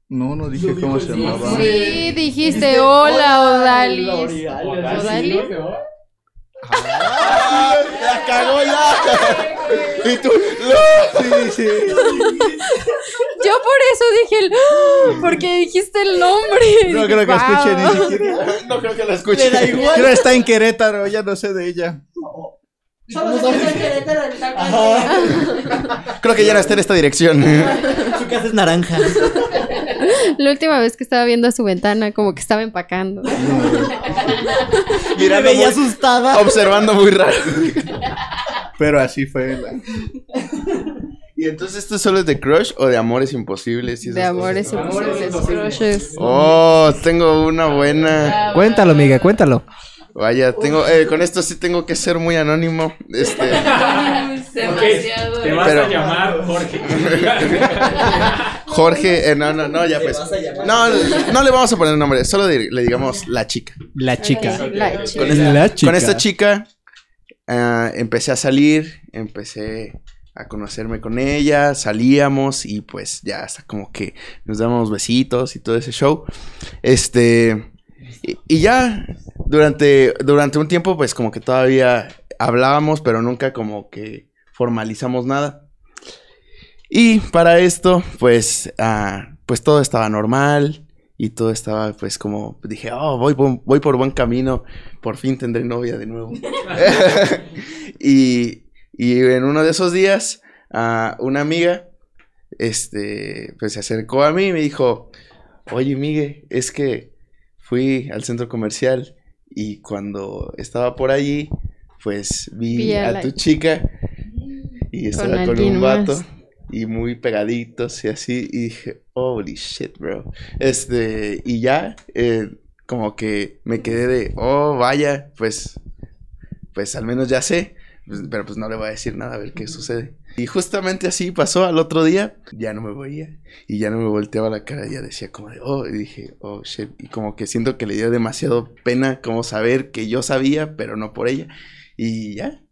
No, no dije
Lo
cómo
dijo
se
el día.
llamaba.
Sí, dijiste hola, Odalis.
Odalis.
¿Odalis?
¡Ah! ¡La cagó ya! y tú,
Sí, sí.
Yo por eso dije el. ¡Ah! Porque dijiste el nombre.
No
Dije,
creo que
"Wow".
escuche ni siquiera.
(laughs) no creo que la escuche.
da igual.
Creo que está en Querétaro, ya no sé de ella.
Solo sé que está en Querétaro en tal calle.
Creo que ya no está en esta dirección.
Su casa es naranja.
La última vez que estaba viendo a su ventana, como que estaba empacando.
Me
Mirando
veía
muy,
asustada.
observando muy raro.
Pero así fue. la-
¿Y entonces esto solo es de crush o de amores imposibles? y esas
De amores
cosas?
imposibles, crushes.
Oh, tengo una buena.
Cuéntalo, Miguel, cuéntalo.
Vaya, tengo. eh, con esto sí tengo que ser muy anónimo. Este.
demasiado.
vas a Pero-
llamar Jorge.
(laughs) Jorge. eh, no, no, no, ya pues. No, no le vamos a poner nombre. Solo di- le digamos la chica.
La chica.
La chica.
Con esta,
La
con
chica.
esta chica ah, empecé a salir, empecé a conocerme con ella, salíamos y pues ya hasta como que nos dábamos besitos y todo ese show. Este, y, y ya durante, durante un tiempo pues como que todavía hablábamos, pero nunca como que formalizamos nada. Y para esto pues, ah, pues todo estaba normal y todo estaba pues como dije, oh, voy, por- voy por buen camino por fin tendré novia de
(laughs)
nuevo. (laughs) y, y en uno de esos días, a una amiga este, pues, se acercó a mí y me dijo, oye, Migue, es que fui al centro comercial y cuando estaba por allí, pues vi,
Vi a
a
la-
tu chica y estaba con,
alguien
un
más.
vato. Y muy pegaditos y así. Y dije, holy shit, bro. Este, y ya, eh, como que me quedé de, oh, vaya, pues, pues al menos ya sé, pues, pero pues no le voy a decir nada a ver qué sucede. Y justamente así pasó al otro día, ya no me veía y ya no me volteaba la cara, ya decía como de, oh, y dije, oh, shit, y como que siento que le dio demasiado pena como saber que yo sabía, pero no por ella, y ya,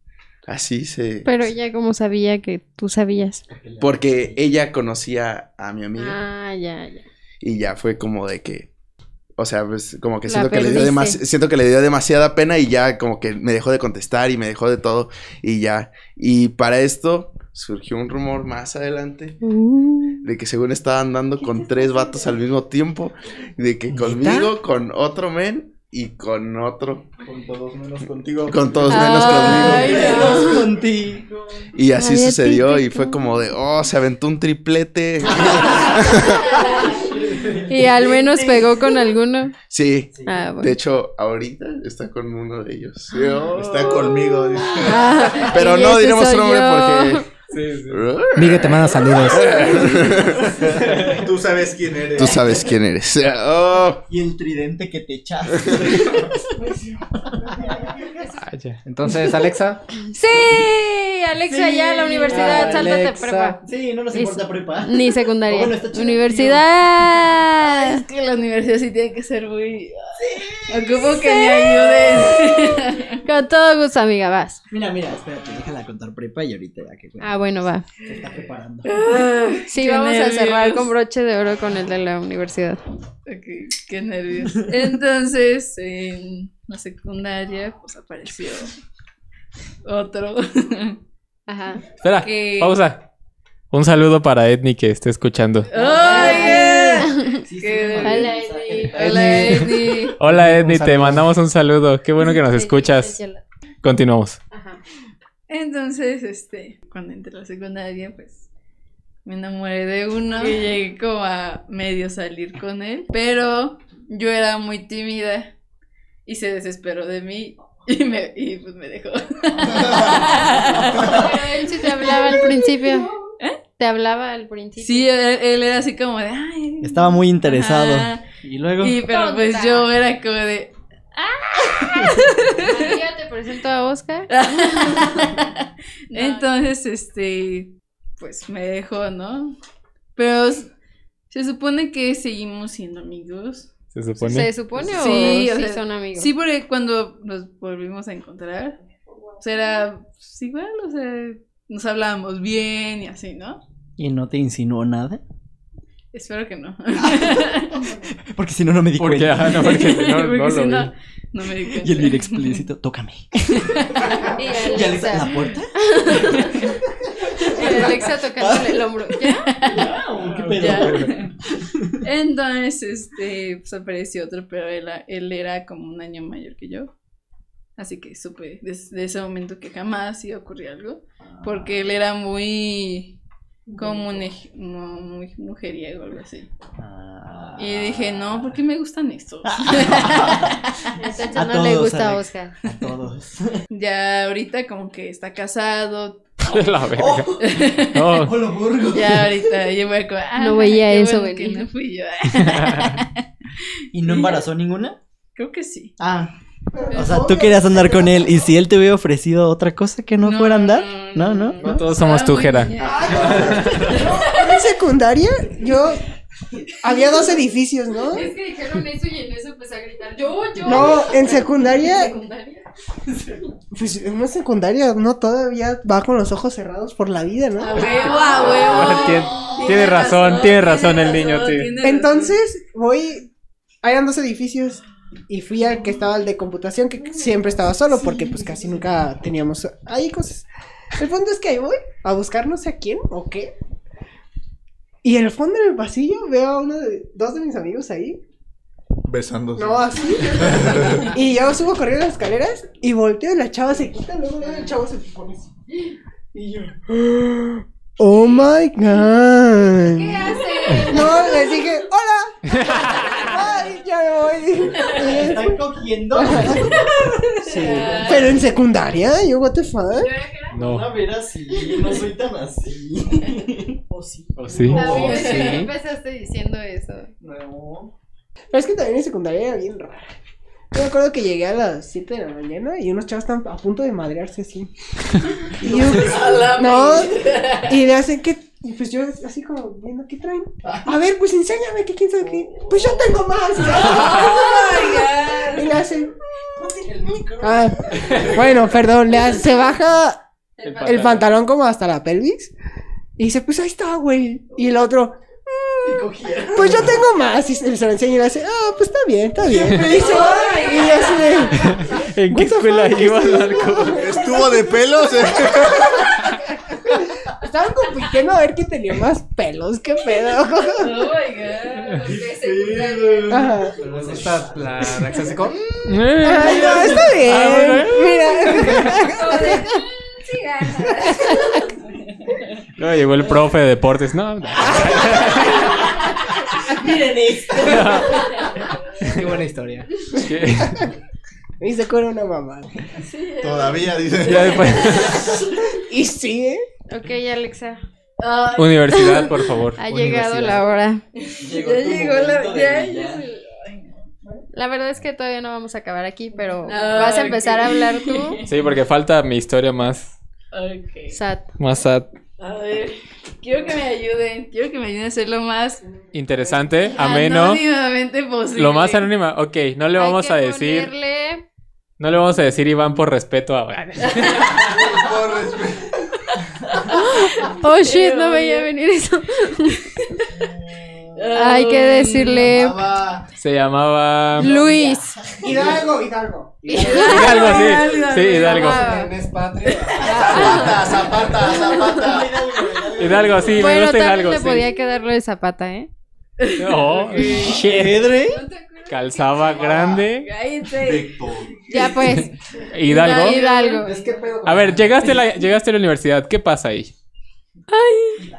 así se...
Pero ya como sabía que tú sabías.
Porque ella conocía a mi amiga
Ah, ya, ya.
y ya fue como de que... O sea, pues como que
La
siento que, le dio
perdiste.
demasi- siento que le dio demasiada pena y ya como que me dejó de contestar y me dejó de todo y ya. Y para esto surgió un rumor más adelante
Uh,
de que según estaba andando
(laughs)
con tres vatos al mismo tiempo, de que conmigo, con otro men y con otro,
Con todos menos contigo.
con todos menos
Ay,
conmigo.
Menos contigo.
Y así
Ay,
sucedió y
típico.
fue como de, oh, se aventó un triplete. (laughs)
Y al menos pegó con alguno.
sí, de
Ah,
Pues.
bueno.
hecho, ahorita está con uno de ellos.
Está conmigo. dice.
Ah,
Pero
y
no
ese
diremos
soy
su nombre
yo.
porque...
Miguel te manda saludos.
(laughs) Tú sabes quién
(laughs)
eres.
Tú sabes quién eres. Oh,
Y el tridente que te echaste.
Ah,
Entonces, Alexa,
Sí, Alexa, ya a la
Ah,
universidad, sáltate
Alexa.
prepa.
(laughs) Sí, no nos
Sí,
importa
sí.
prepa.
Ni secundaria.
Bueno, está chido.
Ay,
Universidad.
Es que la universidad sí tiene que ser muy. Ocupo
pues
que me ayudes.
Con todo gusto, amiga, vas.
Mira, mira, espérate, déjala contar prepa y ahorita ya que
Ah, bueno, va.
se está (laughs) preparando.
Sí,
Qué
vamos a cerrar
nervios.
con broche de oro con el de la universidad.
Ok, qué nervios. Entonces, en la secundaria, pues apareció otro.
Ajá.
Espera,
Que-
pausa. Un saludo para Edni que esté escuchando.
¡Ay!
eh. Hola, Edni.
Hola, Edni.
Hola Edni, te
saludo.
mandamos un saludo. Qué bueno que nos escuchas. Continuamos.
Ajá.
Entonces, este, cuando entré a la secundaria, pues me enamoré de uno y llegué como a medio salir con él, pero yo era muy tímida y se desesperó de mí y me y pues me dejó. (laughs)
Pero él sí te hablaba al principio. Te hablaba al principio.
Sí, él, él era así como de, ay.
Estaba muy interesado.
ajá.
Y luego.
Y pero pues
Tonta.
yo era como de
Amiga, te presento a
(laughs)
Oscar.
Entonces, este, pues me dejó, ¿no? Pero s- se supone que seguimos siendo amigos.
Se
¿Se
supone.
supone
Sí,
o,
o
sí
sea,
son amigos?
Sí, porque cuando nos volvimos a encontrar, o sea, era pues, igual, o sea, nos hablábamos bien y así, ¿no?
¿Y no te insinuó nada?
Espero que no.
Porque si no, no me
(laughs)
di
Porque,
cuenta.
ah, no, (laughs) porque si no,
(laughs) Porque
no
si
lo
no,
vi.
no me di cuenta.
Y el video explícito, tócame.
Y
Y Alexa,
Alexa,
¿la puerta?
y Alexa tocándole el hombro. ¿Ya?
¿Qué
Ya.
pedo?
Entonces, este, pues apareció otro, pero él, él era como un año mayor que yo. Así que supe desde ese momento que jamás iba a ocurrir algo, porque él era muy, como un, ej- mo- muy mujeriego, algo así.
Ah.
Y dije, no, ¿por qué me gustan
(laughs)
estos? (laughs)
Entonces
A
no le
todos,
gusta a
Alex.
Oscar.
A todos.
ya ahorita como que está casado,
(laughs) La verga. No,
Hola, Burgo.
ya ahorita yo voy como, "Ah,
No veía
qué
eso
bueno que
venir".
no fui yo. (laughs)
¿Y no embarazó ninguna?
Creo que sí.
Ah. O sea, tú querías andar con él. Y si él te hubiera ofrecido otra cosa que no, fuera a andar. No, no, no.
todos somos
Ah,
tú,
muy
Jera.
bien.
En secundaria, yo. Había dos edificios, ¿no?
que dijeron eso y en eso empecé a gritar. Yo, yo.
No, en secundaria. Pues en una secundaria no todavía va con los ojos cerrados por la vida, ¿no?
A huevo, a huevo.
Ah, Tien- tiene razón, tiene razón el niño,
razón,
sí.
tiene razón.
Entonces, voy. Eran dos edificios. Y fui al que estaba el de computación,
Mm.
que siempre estaba solo, porque pues casi nunca teníamos ahí cosas. El fondo es que ahí voy a buscar no sé a quién o qué. Y en el fondo del pasillo veo a uno de, dos de mis amigos ahí.
Besándose.
No, así. y yo subo corriendo las escaleras y volteo y la chava se quita, luego luego el chavo se pone así. Y yo. Oh my god.
¿Qué hace?
No, les dije, hola. Ay, ya me voy.
¿Están cogiendo?
Sí. Pero en secundaria, yo, what the fuck.
no.
ver así. No soy tan así.
(laughs)
O sí.
¿O sí?
Amiga,
Oh, Sí.
¿por qué (laughs) empezaste diciendo eso?
No.
Pero es que también en secundaria era bien raro. Yo me acuerdo que llegué a las 7 de la mañana y unos chavos estaban a punto de madrearse así. (laughs) Y yo, no, y le hacen que, y pues yo así como viendo, ¿qué traen? A ver, pues enséñame, que quién sabe qué. Pues yo tengo más. y le hacen, ah, bueno, perdón, le hace- se baja
Ah,
el pantalón como hasta la pelvis. Y dice, pues ahí está, güey. Y el otro, pues yo tengo más. Y se se lo enseña y le hace, ah, pues está bien, está bien. y así de,
¿En qué
What the
escuela
fuck?
ibas, Marco?
¿Estuvo de pelos?
estaban compitiendo a ver quién tenía más pelos, qué pedo. (laughs)
Oh my god.
Ajá.
Esta, la reacción así como, "Mm,
Ay, no, está bien. Mira.
Luego llegó el profe de deportes. No, no.
(laughs) Miren esto.
qué buena historia.
¿Qué?
Y se cura una mamá.
Todavía, dice.
Ya después-
Y sí, ¿eh?
Ok, Alexa.
Ay,
Universidad, por favor.
Ha llegado la hora.
ya llegó la. Ya, ya. se-
La verdad es que todavía no vamos a acabar aquí, pero
Ah,
vas a empezar (laughs)
ok.
a hablar tú.
Sí, porque falta mi historia más
Ok.
Sad.
Más sad.
A ver. Quiero que me ayuden. Quiero que me ayuden a hacer lo más
Interesante, ameno.
anónimamente posible.
Lo más anónima. Ok, no le vamos a decir.
Ponerle...
No le vamos a decir Iván por respeto a.
Oh shit, no veía venir eso. (laughs) Hay que decirle
Se llamaba.
Luis.
Hidalgo, Hidalgo.
Hidalgo, sí. Sí, Hidalgo.
Es patria.
Ah.
Zapata, zapata, zapata.
Hidalgo, sí, me
Bueno,
gusta
también
Hidalgo.
le
sí.
podía quedarlo de zapata, ¿eh?
No, shit.
¿Pedre?
Calzaba grande.
Cállate.
(laughs)
Ya pues.
Hidalgo.
Hidalgo.
Es que pedo.
A ver, llegaste a la, llegaste a la universidad. ¿Qué pasa ahí?
Ay,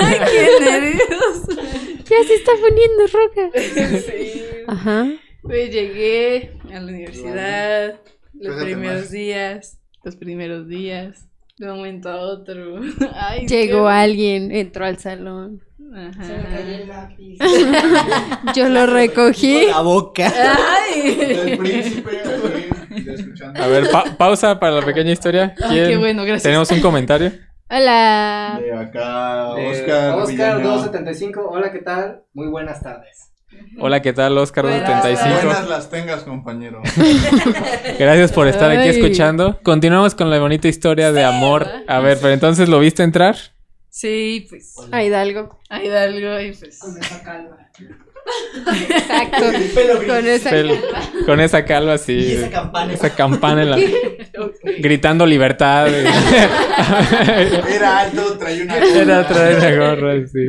qué nervios.
Ya se está poniendo roja.
Sí.
Ajá.
Pues llegué a la universidad, los
Preséntame.
primeros días, los primeros días, de un momento a otro. (laughs) Ay,
Llegó
qué-
alguien, entró al salón.
(laughs) Ajá.
Yo lo recogí.
La boca.
El
Ay.
príncipe. el escuchando.
A ver, pa- pausa para la pequeña historia.
(laughs) Ay, Ah, qué
¿Quién-
bueno, gracias.
Tenemos un comentario.
Hola.
De acá,
Eh, Oscar,
Oscar.
Oscar
Villanueva.
275. Hola, ¿qué tal? Muy buenas tardes.
Hola, ¿qué tal? Oscar
Buenas.
75.
Buenas las tengas, compañero.
Gracias por estar aquí
Ay.
escuchando. Continuamos con la bonita historia de amor. A ver, pero entonces lo viste entrar.
Sí, pues,
A Hidalgo.
a Hidalgo y pues.
Exacto. Con esa.
Pel- con esa calva sí.
Y esa campana.
Esa campana en la... gritando
(laughs)
libertad.
Era alto, traía una.
Era otra vez la gorra, sí.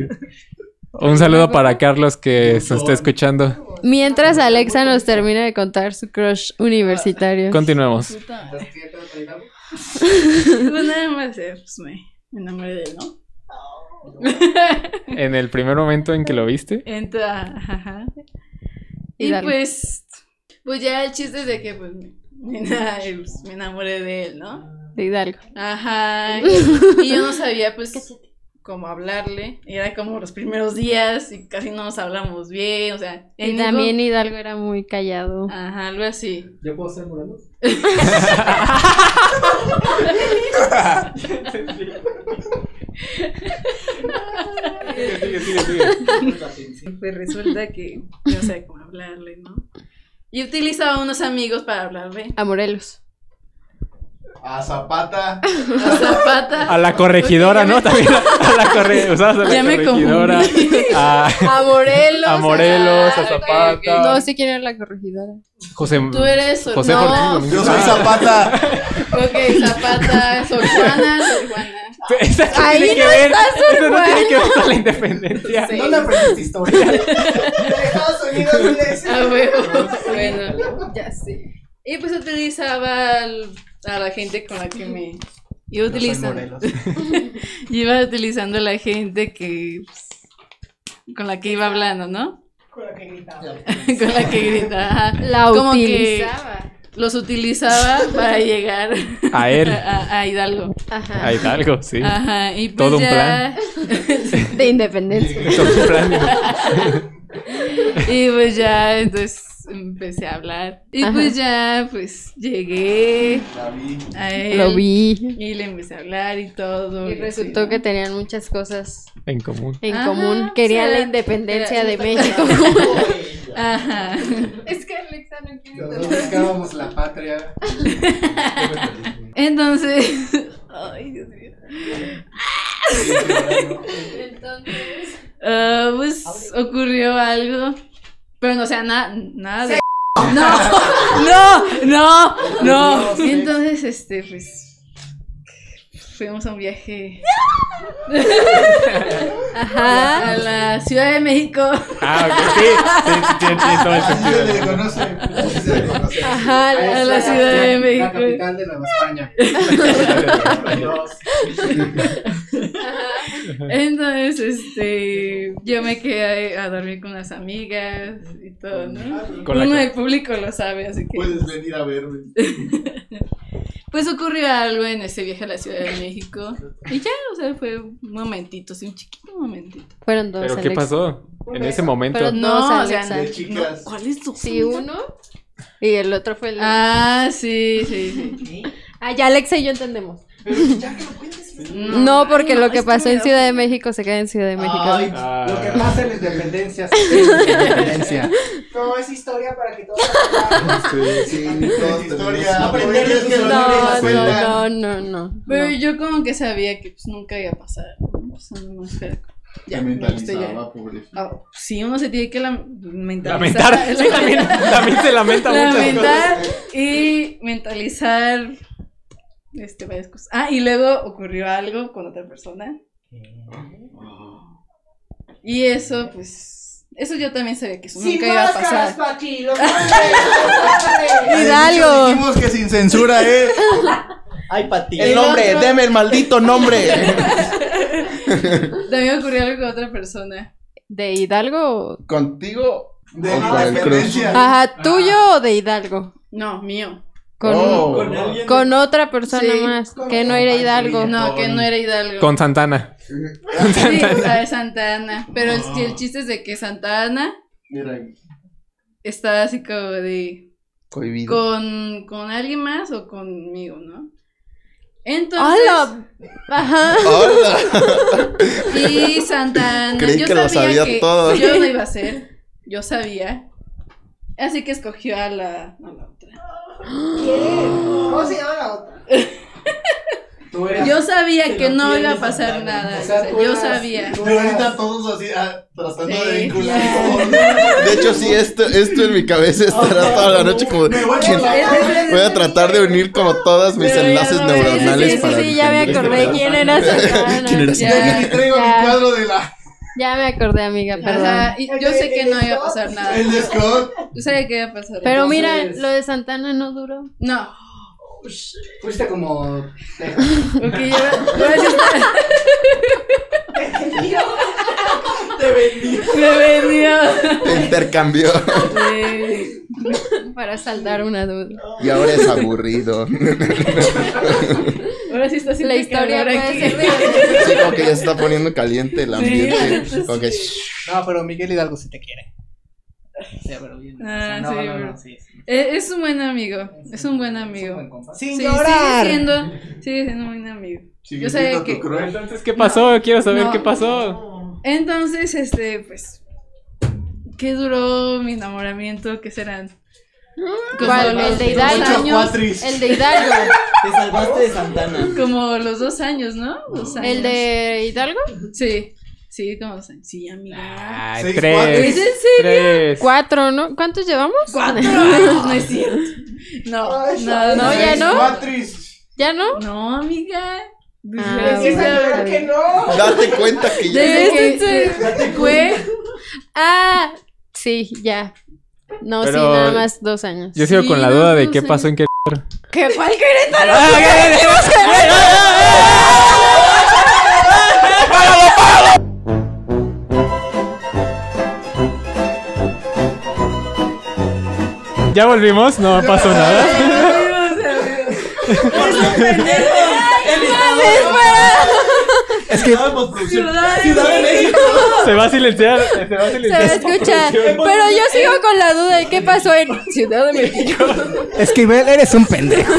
Un saludo para Carlos que se está escuchando.
Mientras Alexa nos termina de contar su crush universitario.
Continuemos.
Puta. (laughs) Pues nada más, eh, pues me me enamoré de él, ¿no?
En el primer momento en que lo viste,
Entonces, ajá, ajá. Y
Hidalgo.
pues, pues ya el chiste es de que pues (laughs) me, me- pues, me enamoré de él, ¿no?
De Hidalgo.
Ajá. Y, (laughs) y yo no sabía, pues, cómo hablarle. Era como los primeros días y casi no nos hablamos bien, o sea. en Ah.
Y
ningún-
también Hidalgo era muy callado.
Ajá, algo así.
¿Yo puedo
(laughs)
ser moreno?
Pues resulta que yo no sabía cómo hablarle, ¿no? Y utilizaba unos amigos para hablarle.
A Morelos.
A Zapata.
A Zapata.
a la corregidora, ¿no? También (laughs) a la, corre- usabas a la
Ya me
corregidora.
confundí.
A
A Morelos.
A Morelos, a
ok,
Zapata.
ok.
No sé quién era la corregidora.
José,
Tú eres Sor-
Mm. José
no.
Jorge Domínguez.
Yo soy Zapata.
Ok, Zapata, Sor Juana, Sor Juana.
Eso no
Ahí
tiene que
no
ver.
está Sor
Eso no tiene
Juana.
que ver con la independencia.
Sí.
¿Dónde
(laughs)
aprendiste historia?
Estados Unidos, les-
A Ah,
(laughs)
huevo. Bueno, ya sé. Y pues utilizaba al- a la gente con la que me iba utilizando. (laughs) iba utilizando a la gente que pues, con la que iba hablando, ¿no?
Con la que gritaba.
(laughs) con la
(laughs)
que gritaba. ajá.
La
Como que-
utilizaba.
Los utilizaba para llegar
A él.
(laughs) a, a Hidalgo.
Ajá.
A Hidalgo, sí.
Ajá. Y pues
Todo un
ya-
plan.
De independencia.
Eso es un plan.
(laughs) Y pues ya, entonces empecé a hablar. Y
Ajá.
pues ya, pues llegué
La vi.
a él.
Lo vi.
Y le empecé a hablar y todo.
Y resultó que tenían muchas cosas
En común.
en
Ajá,
común.
pues
Querían
era-
la independencia
era-
de México.
(laughs)
(laughs)
Ajá.
es que Alexa no quiere
buscábamos la patria.
Entonces. (laughs) Ay, Dios mío.
Entonces.
Ah, pues ocurrió algo. Pero no, o sea, na- nada (laughs) de. No, no, no, no. Y entonces, este, pues. Fuimos a un (laughs) viaje
Ajá.
a la Ciudad de México.
Ah, ok, sí. Sí, sí, tiene- tiene todo el sentido.
Se le conoce. Se le conoce.
Ajá.
A
la-
la
la-
Ciudad de
La
México.
capital de Nueva España. Dos.
Entonces, este, yo me quedé a dormir con unas amigas y
Ah,
todo, ¿no?
Con la
Uno
que-
del público lo sabe, así que.
Puedes venir a verme.
Pues ocurrió algo en ese viaje a la Ciudad de México. Y ya, o sea, fue un momentito, sí, un chiquito momentito.
Fueron dos.
Pero ¿qué
Alexa.
pasó? En ese momento.
Pero
No,
no,
o sea,
De chicas.
¿Cuál es tu
Sí, uno. Y el otro fue el.
Ah, sí, sí, sí.
Ah, ya Alexa y yo entendemos. No, porque
no,
lo que
es que
pasó
me
en
da-
Ciudad de México se queda en Ciudad de México.
Ay,
ah,
Lo que pasa en la independencia. sí, en la Ah. independencia.
No, es historia para que todos
historia.
Aprender de tus
no, no, no, no, no.
Pero
no.
yo como que sabía que pues nunca iba a pasar. ¿no? O sea, no, espera. Ya, me gustó ya. Ah, sí, uno se tiene que la- mentalizar. (laughs)
Lamentar. Sí, también, también se lamenta mucho.
Lamentar y mentalizar este, varias cosas. Ah, y luego ocurrió algo con otra persona. Y eso, pues. Eso yo también sabía que eso nunca iba a pasar.
Pati, lo mames.
Hidalgo.
Dijimos que sin censura, ¿eh?
Ay, Pati.
El nombre, deme el maldito nombre.
También ocurrió algo con otra persona.
¿De Hidalgo?
Contigo.
De
O
la
con el cruz.
independencia.
Ajá, ¿tuyo o de Hidalgo?
No, mío.
Con,
Oh.
con otra persona
Sí,
más, que no era Hidalgo.
No, que no era Hidalgo.
Con Santana.
Sí, o sea, es Santa Ana. Pero el, el chiste es de que Santa Ana está así como de.
Cohibido.
con, con alguien más o conmigo, ¿no? Entonces,
¡Hola! Ajá.
(laughs)
y Santa Ana,
Creí
yo
que lo
sabía
sabía
que
todo.
yo
(laughs)
no iba a ser, yo sabía. Así que escogió a la, a la otra.
¿Cómo se llama la otra?
Tú eras-
Yo sabía que no iba a
tienes,
pasar
Santa Ana.
nada,
O sea,
o sea,
tú
yo
eras-
sabía.
tú
Pero
eras-
ahorita todos así, ah,
Pues
tratando de
Sí,
vincular.
De hecho, sí, esto, esto en mi cabeza estará toda la noche como. de, "Chin, Voy a tratar de unir como todos mis
Pero ya
enlaces
no me-
neuronales
Sí, sí,
para.
sí, ya me
entender.
acordé
(laughs)
quién era Santana.
¿Quién era
Ya.
Aquí traigo
Ya.
mi cuadro de la.
Ya me acordé, amiga, perdón.
Ajá, y yo sé que no iba a pasar
(laughs)
nada.
El de Scott.
Yo sabía que iba a pasar.
Pero
Entonces,
mira, lo de Santana no duró.
No,
Pues, Fuiste como.
porque yo, yo estaba- me vendió.
Te intercambió.
Sí.
Para saltar una duda.
Y ahora es aburrido.
Ahora sí está haciendo
La historia
calor
puede
aquí. (laughs)
ser de...
Sí, como que ya se está poniendo caliente el ambiente.
Sí.
Como que,
No, pero Miguel Hidalgo sí te quiere. Sí, pero bien. o sea,
Ah,
no,
sí,
no, no,
pero-
sí, sí.
Eh, Es un buen amigo, es un buen amigo.
Sin
Sí,
llorar.
Sigue siendo, sigue siendo un buen amigo. Yo sabía que.
Entonces, ¿qué pasó? Quiero saber
No.
qué pasó.
Entonces, este, pues. ¿Qué duró mi enamoramiento? ¿Qué serán? Como
¿Cuál?
los
El de
dos
Hidalgo.
años-
El de Hidalgo.
Te salvaste de Santana.
Como los dos años, ¿no? Dos años.
El de Hidalgo.
Sí, sí, como dos años. Sí, amiga.
Ay,
Seis,
Pues ¿Es
Ah, tres.
en serio?
Tres.
Cuatro, ¿no? ¿Cuántos llevamos?
Cuatro años, no es cierto. No, no,
No,
no.
ya no.
Cuatris.
(laughs) ¿Ya no?
No, amiga. Pues, Desde
Ah,
hace-
bueno.
no.
date cuenta que ya.
Desde
¿Es en
que este fue
Ah, sí, ya. No, sí,
Pero-
nada más dos años.
Yo sigo
Sí,
con la
no,
duda de
no
qué
sé.
pasó en qué.
¿Qué,
(laughs)
¿Cuál Querétaro?
Ya volvimos, no pasó nada.
Es que.
Se va a silenciar. Se va a
Se va
silenciar.
a escuchar. Pero yo sigo con la duda de qué pasó en Ciudad de México.
Esquivel, eres un pendejo.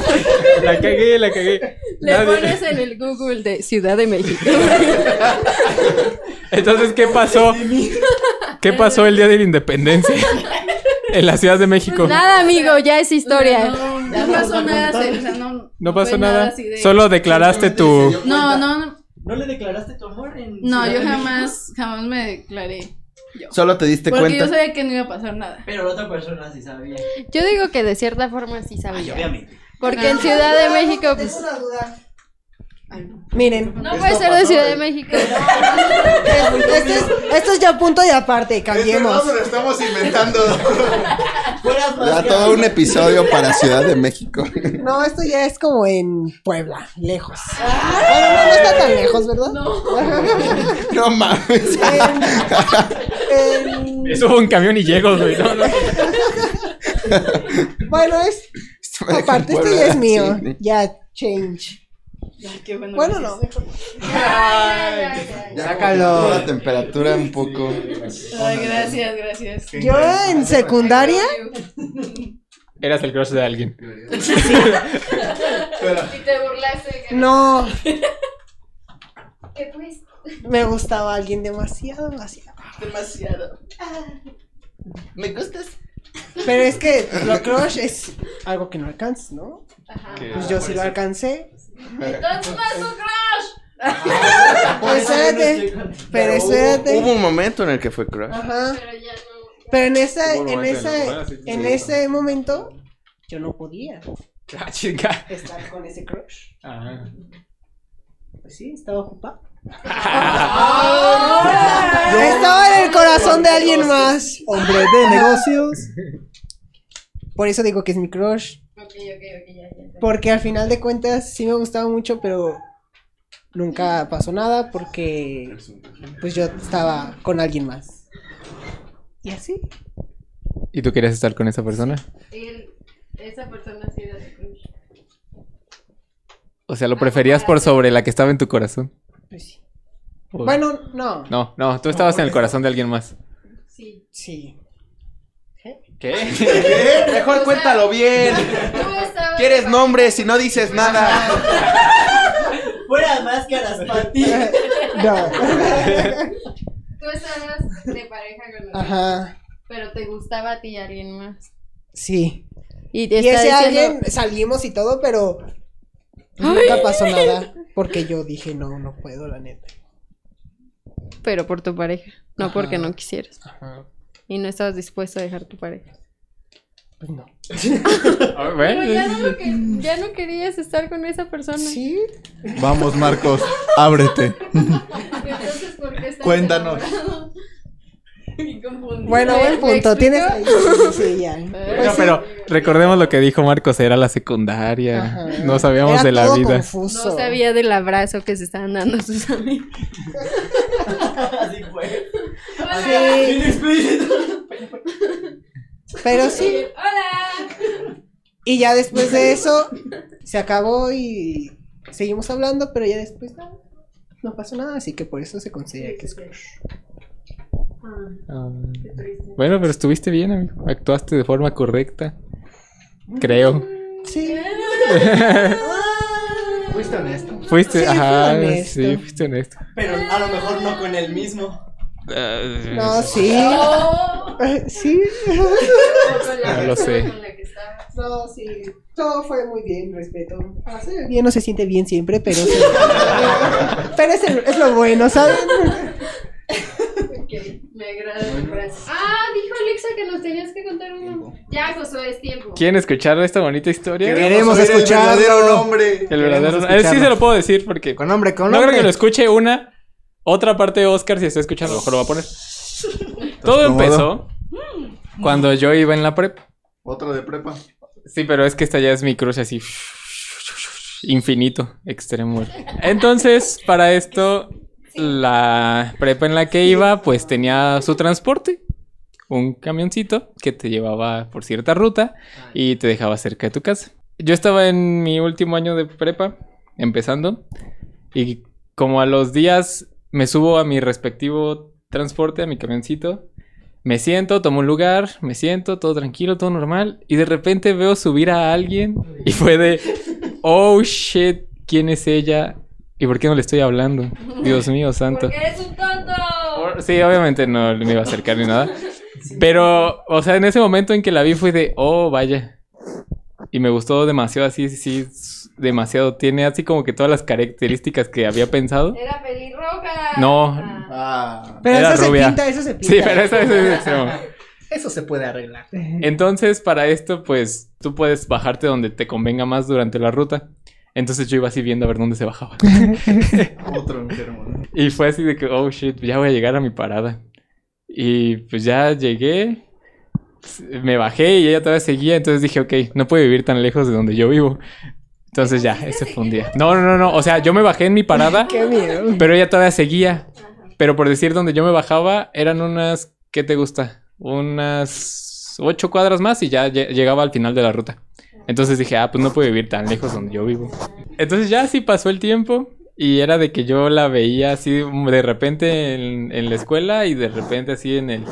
La cagué, la cagué.
Le
(laughs) Nadie-
pones en el Google de Ciudad de México.
Entonces, ¿qué pasó? ¿Qué pasó el día de la independencia? En la Ciudad de (laughs) México.
Nada, amigo, ya es historia.
No, no pasó nada. se- o sea, no,
No
fue
pasó nada.
así de-
Solo declaraste tu.
No, no, no.
¿No le declaraste tu amor en.?
No,
Ciudad
yo
de
jamás, jamás me declaré.
Solo te diste
Porque yo
cuenta.
sabía que no iba a pasar nada.
Pero la otra persona sí sabía.
Yo digo que de cierta forma sí
Ay,
sabía.
obviamente.
Porque en Ciudad de México, pues.
Tengo una duda.
Ay, no. pues,
Miren,
No puede ser de Ciudad de México.
esto es, esto es ya punto y aparte,
Este
cambiemos.
nombre lo estamos inventando.
Fueras
Da todo un episodio para Ciudad de México. (laughs)
No, esto ya es como en Puebla, lejos. Bueno, no, no está tan lejos, ¿verdad?
No mames.
En-
(laughs) Me subo a un camión y llego, güey. No, (laughs) no.
en- bueno, es. Aparte, esto ya es mío. Ya, change.
Ay, qué bueno.
Bueno,
que
no.
sí.
Sácalo.
La temperatura un poco.
Ay, gracias, gracias.
Yo en secundaria.
Eras el crush de alguien.
Pero,
Y te burlaste.
No,
¿Qué pues?
me gustaba alguien demasiado, demasiado.
Demasiado. ¿Me gustas?
Pero es que lo crush es algo que no alcanzas, ¿no?
Ajá.
Pues yo sí lo alcancé.
Entonces no es un crush.
(laughs) Pues espérate. Pero
Hubo
espérate.
un momento en el que fue crush.
Ajá.
Pero ya no.
Pero en esa,
Hubo un
en
momento en el que,
esa,
bueno, sí, sí,
en
sí,
ese momento, yo no podía
(laughs) Ah, chica.
estar con ese crush.
Ah.
Pues sí, estaba ocupado. Estaba en el corazón de alguien más.
Hombre de negocios.
Por eso digo que es mi crush.
Ok, ok, ok, ya, ya. ya.
Porque al final de cuentas sí me gustaba mucho, pero nunca pasó nada porque pues yo estaba con alguien más. Y así.
¿Y tú querías estar con esa persona?
Él- esa persona sí era tu crush.
O sea, lo preferías por sobre la que estaba en tu corazón.
Pues sí.
Uy.
Bueno, no.
No, no, tú estabas
No,
en el
porque-
corazón de alguien más.
Sí.
Sí.
(laughs) ¿Qué?
Mejor
O sea-
cuéntalo bien.
Tú estabas.
Quieres nombres y no dices
(laughs)
nada.
Fuera máscaras, Pati.
No.
Tú estabas de pareja con él.
(laughs) Ajá.
Pero te gustaba a ti alguien más.
Sí.
Y,
Y
está
ese
diciendo-
alguien salimos y todo, pero nunca pasó nada. Porque yo dije, no, no puedo, la neta.
Pero por tu pareja. No
Ajá.
porque no quisieras.
Ajá.
Y no estabas dispuesto a dejar tu pareja.
Pues no.
Ah,
Pero ya
bueno,
no, lo que- ya no querías estar con esa persona.
Sí.
Vamos, Marcos, ábrete.
Entonces, ¿por qué estás
Cuéntanos.
enamorado? (laughs) Y confundido. Pues
Bueno,
¿Me-
buen
me
punto. Tienes ahí.
explico?
Sí, ya.
Bueno, pero recordemos lo que dijo Marcos, era la secundaria.
Ajá.
No sabíamos
Era
de la
todo
vida.
Confuso.
No sabía del abrazo que se estaban dando sus amigos.
Así fue.
Sí,
Explícito.
(laughs) pero sí.
Hola.
Y ya después de eso, se acabó y seguimos hablando, pero ya después nada. No pasó nada, así que por eso se considera que es crush.
Ah. Bueno, pero estuviste bien, amigo. Actuaste de forma correcta. Creo.
Sí.
Fuiste honesto.
Fuiste,
Sí, fui
ajá,
honesto.
sí, fuiste honesto.
Pero a lo mejor no con el mismo.
Mm.
No, sí.
Oh,
(laughs) Sí.
con la
No
persona
lo sé.
con la que estabas.
No, sí. Todo fue muy bien, respeto. Ah, Bien no se siente bien siempre, pero sí. (laughs) pero es, el- es lo bueno, ¿saben?
Ok, me agrada tu frase. Ah, dijo Alexa que nos tenías que contar uno. Ya, Josué, es tiempo.
¿Quieren escuchar esta bonita historia?
Queremos
oír
escucharlo.
El verdadero nombre.
El verdadero.
Queremos
Eh, sí
escucharlo.
se lo puedo decir porque
Con nombre, con
no creo que lo
nombre.
escuche una. Otra parte de Oscar, si está escuchando, a lo mejor lo va a poner.
(laughs)
Todo
cómodo?
empezó cuando yo iba en la prep.
Otro de prepa.
Sí, pero es que esta ya es mi crush así. Infinito, extremo. Entonces, para esto, la prepa en la que iba, pues tenía su transporte. Un camioncito que te llevaba por cierta ruta y te dejaba cerca de tu casa. Yo estaba en mi último año de prepa, empezando, y como a los días me subo a mi respectivo transporte, a mi camioncito, me siento, tomo un lugar, me siento, todo tranquilo, todo normal. Y de repente veo subir a alguien y fue de, oh shit, ¿quién es ella? ¿Y por qué no le estoy hablando? Dios mío, santo.
Porque eres un tonto.
Por- Sí, obviamente no me iba a acercar ni nada. Pero, o sea, en ese momento en que la vi fue de, oh, vaya. Y me gustó demasiado, así, sí, s- demasiado. Tiene así como que todas las características que había pensado.
Era pelirroja.
No.
Ah,
Ah.
Pero
Era
eso
rubia.
se pinta, eso se pinta.
Sí, pero esa esa es el extremo.
Eso se puede arreglar.
Entonces, para esto, pues, tú puedes bajarte donde te convenga más durante la ruta. Entonces yo iba así viendo a ver dónde se bajaba.
Otro enfermo. ¿no?
Y fue así de que, oh shit, ya voy a llegar a mi parada. Y pues ya llegué, s- me bajé y ella todavía seguía. Entonces dije, ok, no puedo vivir tan lejos de donde yo vivo. Entonces ya, ese fue un día. No, no, no, no. O sea, yo me bajé en mi parada,
(laughs) Qué miedo.
pero ella todavía seguía. Pero por decir donde yo me bajaba, eran unas, ¿qué te gusta? Unas ocho cuadras más y ya lle- llegaba al final de la ruta. Entonces dije, ah, pues no puedo vivir tan lejos donde yo vivo. Entonces ya así pasó el tiempo y era de que yo la veía así de repente en, en la escuela y de repente así en el,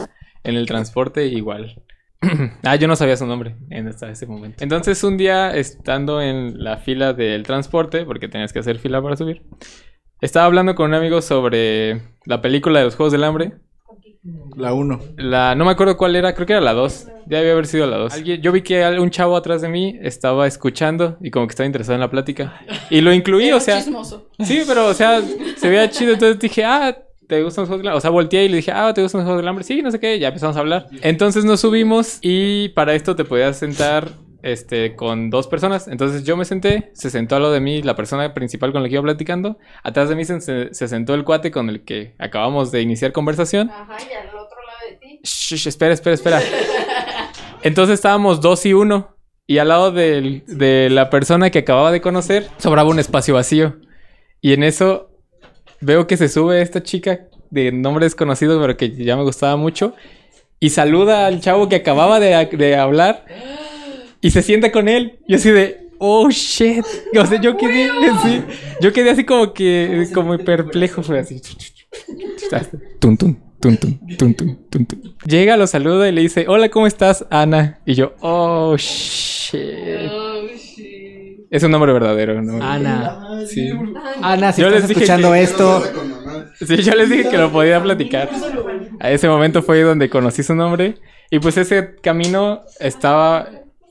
en el transporte igual. (clears throat) ah, yo no sabía su nombre en hasta ese momento. Entonces, un día, estando en la fila del transporte, porque tenías que hacer fila para subir, estaba hablando con un amigo sobre la película de los Juegos del Hambre.
La 1.
La, no me acuerdo cuál era, creo que era la 2. Ya había haber sido la 2. Alguien- Yo vi que al- un chavo atrás de mí estaba escuchando y como que estaba interesado en la plática. Y lo incluí,
Era
o sea.
chismoso.
Sí, pero, o sea, se veía chido. Entonces dije, ah, ¿te gustan los juegos del hambre? O sea, volteé y le dije, ah, ¿te gustan los juegos del hambre? Sí, no sé qué. Ya empezamos a hablar. Entonces nos subimos y para esto te podías sentar. Este, con dos personas. Entonces yo me senté, se sentó a lo de mí la persona principal con la que iba platicando. Atrás de mí se, se- se sentó el cuate con el que acabamos de iniciar conversación.
Ajá, y al otro lado de ti.
Shh, shh, espera, espera, espera. Entonces estábamos dos y uno. Y al lado del- de la persona que acababa de conocer, sobraba un espacio vacío. Y en eso veo que se sube esta chica de nombre desconocido, pero que ya me gustaba mucho. Y saluda al chavo que acababa de, de hablar. Y se sienta con él. Yo así de, oh shit. O sea, yo quedé, sí, yo quedé así como que, como perplejo. Fue así. Tun, tun, tun, tun, tun, tun, tun, tun. Llega, lo saluda y le dice, hola, ¿cómo estás, Ana? Y yo, oh, shit. Es un nombre verdadero, ¿no?
Ana.
Sí.
Ana, si
Yo les
Ah, estás
dije
escuchando
que-
esto.
Sí, yo les dije que lo podía platicar. A ese momento fue donde conocí su nombre. Y pues ese camino estaba...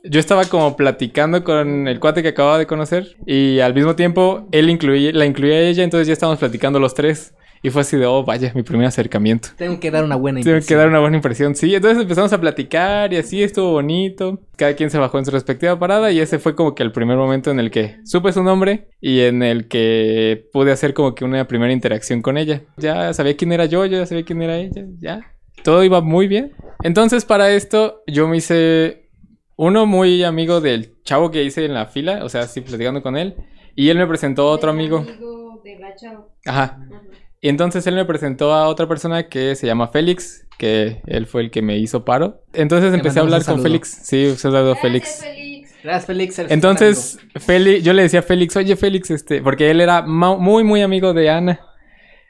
Yo estaba como platicando con el cuate que acababa de conocer. Y al mismo tiempo, él incluía, la incluía a ella. Entonces ya estábamos platicando los tres. Y fue así de, oh, vaya, mi primer acercamiento.
Tengo que dar una buena
Tiene que
impresión.
dar una buena impresión, sí. Entonces empezamos a platicar y así estuvo bonito. Cada quien se bajó en su respectiva parada y ese fue como que el primer momento en el que supe su nombre y en el que pude hacer como que una primera interacción con ella. Ya sabía quién era yo, yo ya sabía quién era ella, ya. Todo iba muy bien. Entonces para esto yo me hice uno muy amigo del chavo que hice en la fila, o sea, así platicando con él. Y él me presentó a otro amigo.
Amigo de la chava.
Ajá.
Ajá.
Y entonces él me presentó a otra persona que se llama Félix, que él fue el que me hizo paro. Entonces
Le
empecé a hablar
mandamos un
con
saludo.
Félix. Sí, un saludo a
Gracias,
Félix.
Félix.
Gracias, Félix. eres
Entonces, Félix, yo le decía a Félix, oye Félix, este, porque él era ma- muy, muy amigo de Ana.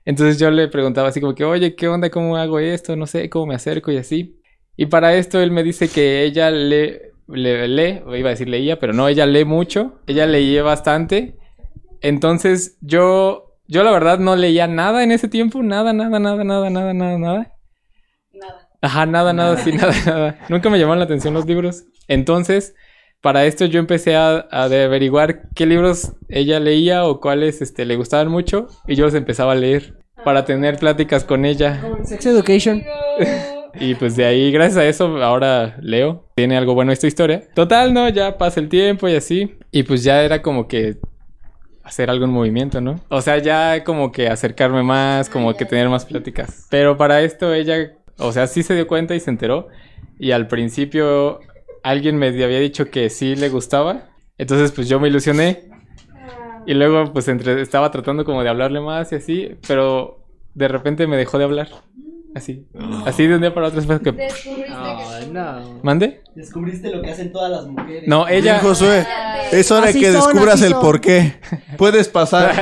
Entonces yo le preguntaba así como que, oye, ¿qué onda? ¿Cómo hago esto? No sé, ¿cómo me acerco? Y así. Y para esto él me dice que ella le, le lee, o iba a decir leía, pero no, ella lee mucho, ella leía bastante. Entonces yo, yo la verdad no leía nada en ese tiempo, nada, nada, nada, nada, nada, nada, nada.
Nada.
Ajá, nada, nada, sí, nada, nada. Nunca me llamaron la atención los libros. Entonces, para esto yo empecé a, a de averiguar qué libros ella leía o cuáles este, le gustaban mucho y yo los empezaba a leer para tener pláticas con ella.
Con Sex Education.
Amigo.
Y pues de ahí, gracias a eso, ahora leo. Tiene algo bueno esta historia. Total, ¿no? Ya pasa el tiempo y así. Y pues ya era como que hacer algún movimiento, ¿no? O sea, ya como que acercarme más, como que tener más pláticas. Pero para esto ella, o sea, sí se dio cuenta y se enteró. Y al principio alguien me había dicho que sí le gustaba. Entonces pues yo me ilusioné. Y luego pues entre, estaba tratando como de hablarle más y así. Pero de repente me dejó de hablar. Así. Así de un día para otro. fue que...
Descubriste
Ay,
que
no.
¿Mande?
Descubriste lo que hacen todas las mujeres.
No, ella...
Bien, Josué.
Ah,
Es hora
Así
que
son,
descubras
así
el
son.
porqué. Puedes
(laughs)
pasar.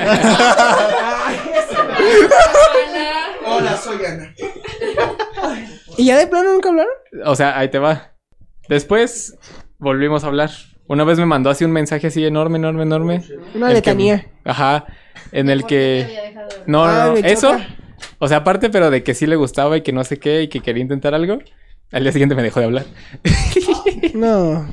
Hola, soy Ana.
¿Y ya de plano nunca hablaron?
O sea, ahí te va. Después volvimos a hablar. Una vez me mandó así un mensaje así enorme, enorme, enorme.
Una
El que-
letanía.
Ajá. En el
¿Por qué te
que...
había dejado de hablar?
No, no,
Ay,
no.
me
Eso.
choca.
O sea, aparte, pero de que sí le gustaba y que no sé qué y que quería intentar algo. Al día siguiente me dejó de hablar.
No.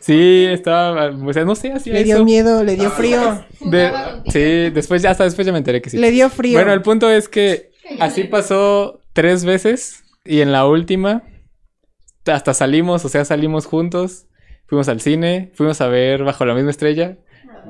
Sí, estaba... O sea, no sé, hacía
Le dio
eso. Ah,
miedo, le dio frío.
De-
Jugaba contigo.
sí, después ya hasta después ya me enteré que sí.
Le dio frío.
Bueno, el punto es que así pasó tres veces y en la última hasta salimos, o sea, salimos juntos, fuimos al cine, fuimos a ver Bajo la misma estrella,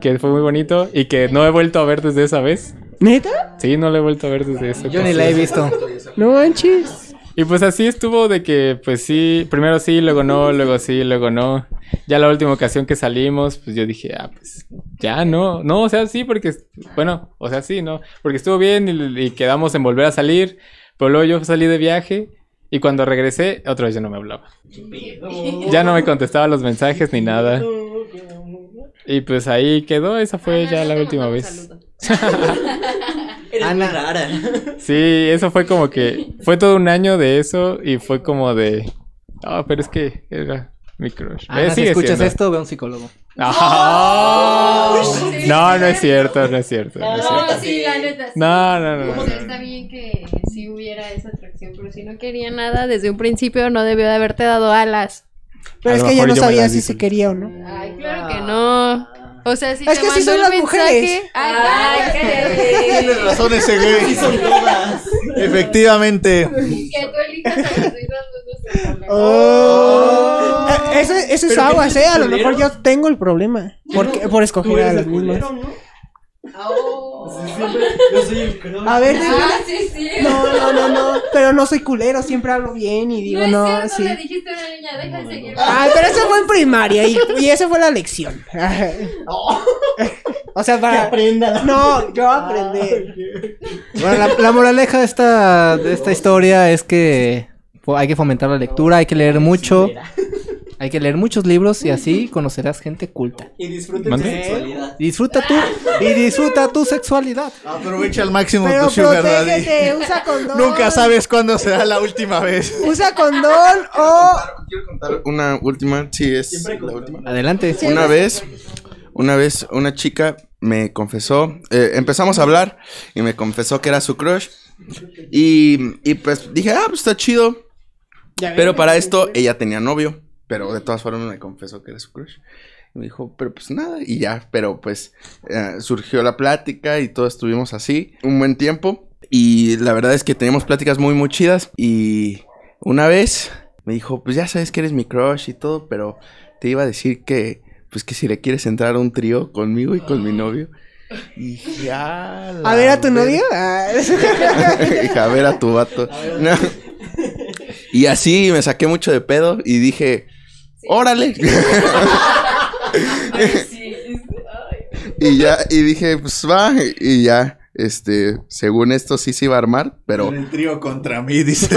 que fue muy bonito y que no he vuelto a ver desde esa vez.
¿Neta?
Sí, no la he vuelto a ver desde esa
Yo
vez.
ni la he visto.
No manches.
Y pues así estuvo de que, pues sí, primero sí, luego no, luego sí, luego no. Ya la última ocasión que salimos, pues yo dije, ah, pues ya no, no, o sea, sí, porque, bueno, o sea, sí, no, porque estuvo bien y, y quedamos en volver a salir, pero luego yo salí de viaje y cuando regresé, otra vez ya no me hablaba. Ya no me contestaba los mensajes ni nada. Y pues ahí quedó, esa fue
Ah,
ya
no
la
te
última
mandamos
vez.
saludo.
Eres
Ana.
muy rara.
Sí, eso fue como que fue todo un año de eso y fue como de Ah, pero es que era mi crush.
Ah,
Eh,
si
sigue
escuchas
siendo.
esto, ve a un psicólogo. (laughs)
Ah.
sí,
No,
es
no es cierto, no es cierto. No, es
No,
cierto.
sí, la neta. sí.
no, no. no,
O
no,
sea,
no.
está bien que sí hubiera esa atracción, pero si no quería nada, desde un principio no debió de haberte dado alas.
A
Pero es
lo
que ella
mejor
no
yo me
sabía
las
si
hice.
se quería o no.
Ay, claro que no. O sea, si
Es
te
que así
mandó
son
el
las
mensaje-
mujeres. Ah,
Ay,
Tienes
cállate.
razón ese güey. Efectivamente.
Que tú elijas a las mismas dos personas.
Oh. Eh, Eso, eso es
Pero qué
aguas, eh. A lo
culero.
mejor yo tengo el problema. ¿Por, qué? por escoger a las mismas.
Oh.
Yo soy el crush.
A ver,
Ah, sí, sí.
no, no, no, no. Pero no soy culero, siempre hablo bien y digo,
no
no,
es cierto,
sí.
le dijiste a una niña, deja de seguirme.
Ay, pero eso fue en primaria y, y esa fue la lección. o sea, para.
Aprenda.
No, yo aprendí.
Bueno, la, la moraleja de esta, de esta historia es que fo- hay que fomentar la lectura, hay que leer mucho, hay que leer muchos libros y así conocerás gente culta.
Y disfruten
¿Mande?
tu sexualidad.
Disfruta tú y disfruta tu sexualidad.
Aprovecha al máximo
Pero
tu sugar daddy.
protégete, usa condón.
Nunca sabes cuándo será la última vez.
Usa condón o.
Quiero contar una última, sí, es
Siempre
la
con-
última.
Adelante.
Una vez, una vez, una chica me confesó, eh, empezamos a hablar y me confesó que era su crush. Y, y pues dije, ah, pues está chido. Pero para esto ella tenía novio, pero de todas formas me confesó que era su crush. Y me dijo, pero pues nada, y ya, pero pues eh, surgió la plática y todos estuvimos así un buen tiempo. Y la verdad es que teníamos pláticas muy, muy chidas. Y una vez me dijo, pues ya sabes que eres mi crush y todo, pero te iba a decir que, pues que si le quieres entrar a un trío conmigo y con mi novio. Y dije, "Ah, la
A ver a tu
verga".
novio. Ah.
Dije, (laughs) a ver a tu vato. No. Y así me saqué mucho de pedo y dije, órale. (laughs)
Ay, sí. es- ay.
y ya, y dije, pues va, y ya, este, según esto sí se iba a armar, pero,
En el trío contra (laughs) mí, dice.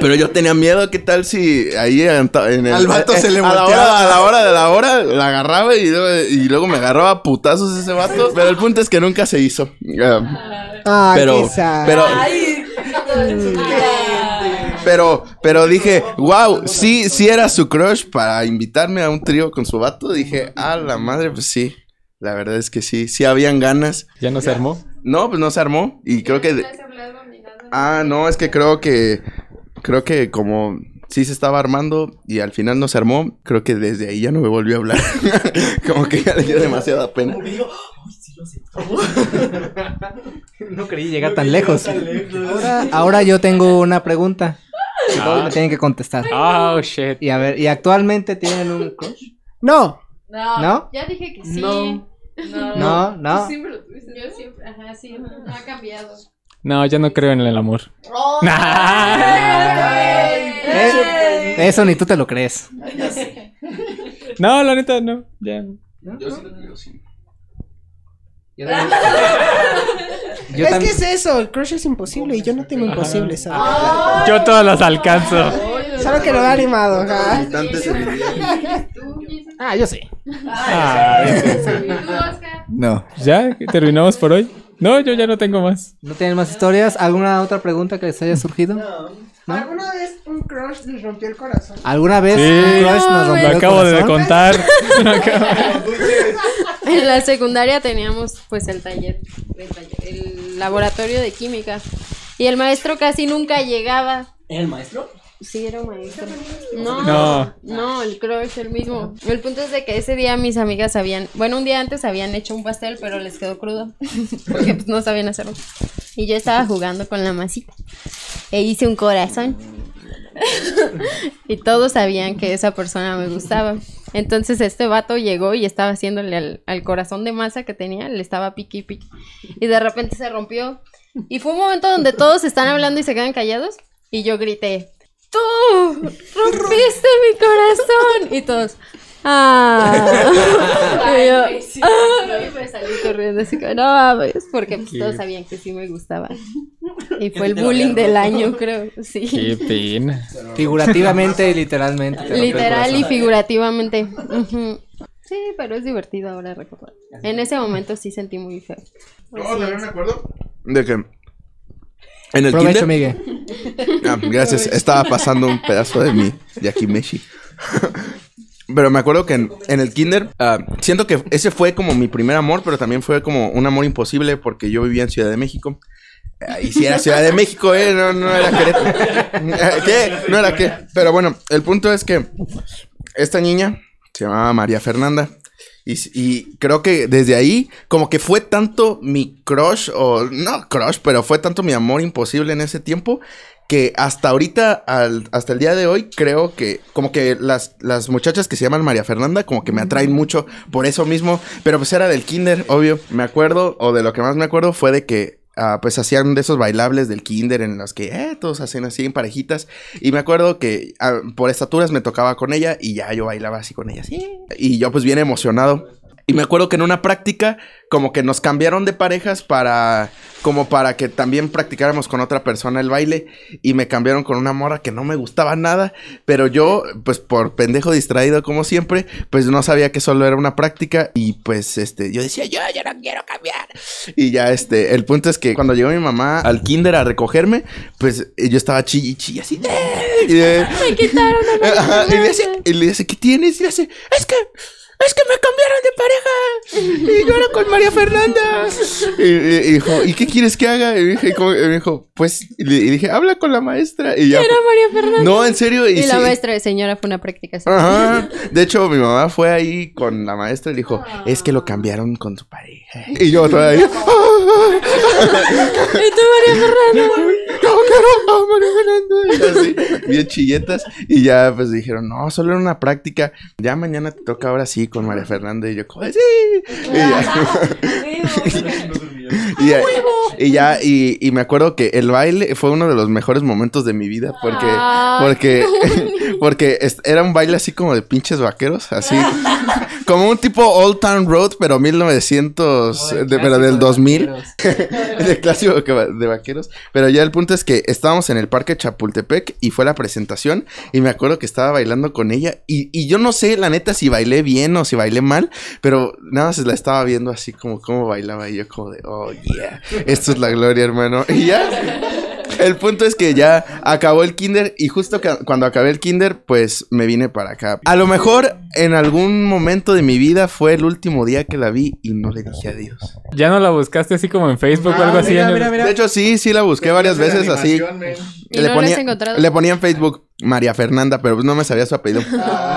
pero yo tenía miedo, ¿qué tal si ahí en, ta- en el-
Al vato se le
(laughs) a la,
volteaba.
hora, a la hora de la hora la agarraba y luego, y luego me agarraba a putazos ese vato? Pero el punto es que nunca se hizo. Ah,
Ay,
pero,
qué sad.
pero,
Ay,
Mm.
ay.
Pero, pero dije, wow, sí, sí era su crush para invitarme a un trío con su vato. Dije, a la madre, pues sí. La verdad es que sí, sí habían ganas.
¿Ya no se
(laughs)
armó?
No, pues no se armó. Y creo que.
has hablado ni nada.
Ah, no, es que creo que. Creo que como sí se estaba armando y al final no se armó, creo que desde ahí ya no me volvió a hablar. (laughs) como que ya le dio demasiada pena.
Como que digo, "Ay, sí lo sé".
No creí llegar tan lejos. Ahora, ahora yo tengo una pregunta. Me tienen que contestar.
Ah. Oh, shit.
Y a ver, ¿y actualmente tienen un crush?
No.
No,
¿No?
ya dije que sí.
No.
No,
No, no.
Tú siempre lo tuviste. Yo siempre, ajá, sí, no ha cambiado.
No, ya no creo en el amor. (laughs)
Eh, Eso ni tú te lo crees.
No, la neta, no. Ya.
Yo
(laughs)
es que
también-
es eso, el crush es imposible y yo no tengo imposible, ¿sabes?
Yo todas las alcanzo.
Solo que lo he animado, ajá.
Habitantes en el día.
¿Tú, Jesús?
Ah, yo sí.
Ay.
¿Y tú, Oscar?
No.
¿Ya? ¿Terminamos por hoy? No, yo ya no tengo más.
¿No tienen más historias? ¿Alguna otra pregunta que les haya surgido? ¿No?
¿Alguna vez un crush les rompió el corazón?
¿Alguna vez
Sí,
un crush nos rompió
Lo
el
acabo de
corazón? (laughs)
contar.
(laughs) En la secundaria teníamos pues el taller, el, taller, el laboratorio de química. Y el maestro casi nunca llegaba.
¿Era el maestro?
Sí, era un maestro. No,
No.
no, el crush, el mismo. El punto es de que ese día mis amigas habían, bueno, un día antes habían hecho un pastel, pero les quedó crudo. (laughs) Porque pues no sabían hacerlo. Y yo estaba jugando con la masita. E hice un corazón. y todos sabían que esa persona me gustaba. Entonces este vato llegó y estaba haciéndole al, al corazón de masa que tenía, le estaba piqui piqui. Y de repente se rompió. Y fue un momento donde todos están hablando y se quedan callados. Y yo grité, tú rompiste mi corazón. Y todos, ah. Y yo, "Ah".
Ay, sí,
y me salí corriendo así como, no mames, porque pues, todos sabían que sí me
(laughs)
gustaba. Y fue el
te lo
bullying
habían
del año, creo, sí.
Qué pena.
Figurativamente y literalmente. te rompió el
Literal y
corazón.
figurativamente. Ujú. Sí, pero es divertido ahora recordar. En ese momento sí sentí muy feo.
No,
Así
también
es.
me acuerdo. De que. En el
Provecho,
kinder-
Miguel.
Ah, gracias. Estaba pasando un pedazo de mi yakimeshi. Pero me acuerdo que en, en el kinder, ah, siento que ese fue como mi primer amor, pero también fue como un amor imposible porque yo vivía en Ciudad de México. Ah, Y si era Ciudad de México, eh, no, no era Querétaro. (laughs) ¿Qué? No era qué. Pero bueno, el punto es que esta niña se llamaba María Fernanda. Y, s- y creo que desde ahí, como que fue tanto mi crush, o no crush, pero fue tanto mi amor imposible en ese tiempo, que hasta ahorita, al- hasta el día de hoy, creo que como que las, las muchachas que se llaman María Fernanda, como que me atraen mucho por eso mismo, pero pues era del kinder, obvio, me acuerdo, o de lo que más me acuerdo fue de que... ah, pues hacían de esos bailables del kinder en los que eh, todos hacen así en parejitas y me acuerdo que ah, por estaturas me tocaba con ella y ya yo bailaba así con ella así y yo pues bien emocionado y me acuerdo que en una práctica como que nos cambiaron de parejas para como para que también practicáramos con otra persona el baile y me cambiaron con una morra que no me gustaba nada, pero yo pues por pendejo distraído como siempre, pues no sabía que solo era una práctica y pues este yo decía, "Yo yo no quiero cambiar." Y ya este, el punto es que cuando llegó mi mamá al kinder a recogerme, pues eh, yo estaba chilli y chilli así de y de-
Me quitaron a
(laughs)
María
Ajá, y, le hace,
Fernanda.
y le hace, ¿qué tienes? Y le hace, es que, es que me cambiaron de pareja. Y yo era con María Fernanda. Y, y- y dijo, ¿y qué quieres que haga? Y dije, "¿Cómo?" Y me dijo, pues, y, le, y dije, habla con la maestra. Y ya.
Era María Fernanda.
No, en serio. Y,
Y la
sí.
maestra de señora fue una práctica. así.
Ajá. De hecho, mi mamá fue ahí con la maestra y le dijo,
Ah.
es que lo cambiaron con su pareja. Y yo
(laughs)
todavía, "Ah,
Y tú,
(laughs)
María Fernanda.
no quiero a María Fernanda. Y así, bien chilletas. Y ya pues dijeron, no, solo era una práctica. Ya mañana te toca ahora sí con María Fernanda. Y yo, como, sí. Y ya, y ya, y, ya y, y me acuerdo que el baile fue uno de los mejores momentos de mi vida. Porque,
Ay,
porque, (laughs) porque es- era un baile así como de pinches vaqueros. Así, como un tipo Old Town Road, pero 1900,
Como de
Pues, eh, de- pero
clásico
del
de
2000.
vaqueros.
de clásico que va- de vaqueros. Pero ya el punto es que estábamos en el parque Chapultepec y fue la presentación. Y me acuerdo que estaba bailando con ella. Y, y yo no sé, la neta, si bailé bien o si bailé mal. Pero nada más la estaba viendo así como cómo bailaba. Y yo, como de, oh yeah, esto es la gloria, hermano. Y ya. El punto es que ya acabó el kinder y justo ca- cuando acabé el kinder, pues me vine para acá. A lo mejor en algún momento de mi vida fue el último día que la vi y no le dije adiós.
¿Ya no la buscaste así como en Facebook o algo así?
Ah,
en
Mira,
el-
mira, mira.
De hecho, sí, sí la busqué varias veces así.
¿Y no la has encontrado?
le ponía en Facebook María Fernanda, pero pues no me sabía su apellido.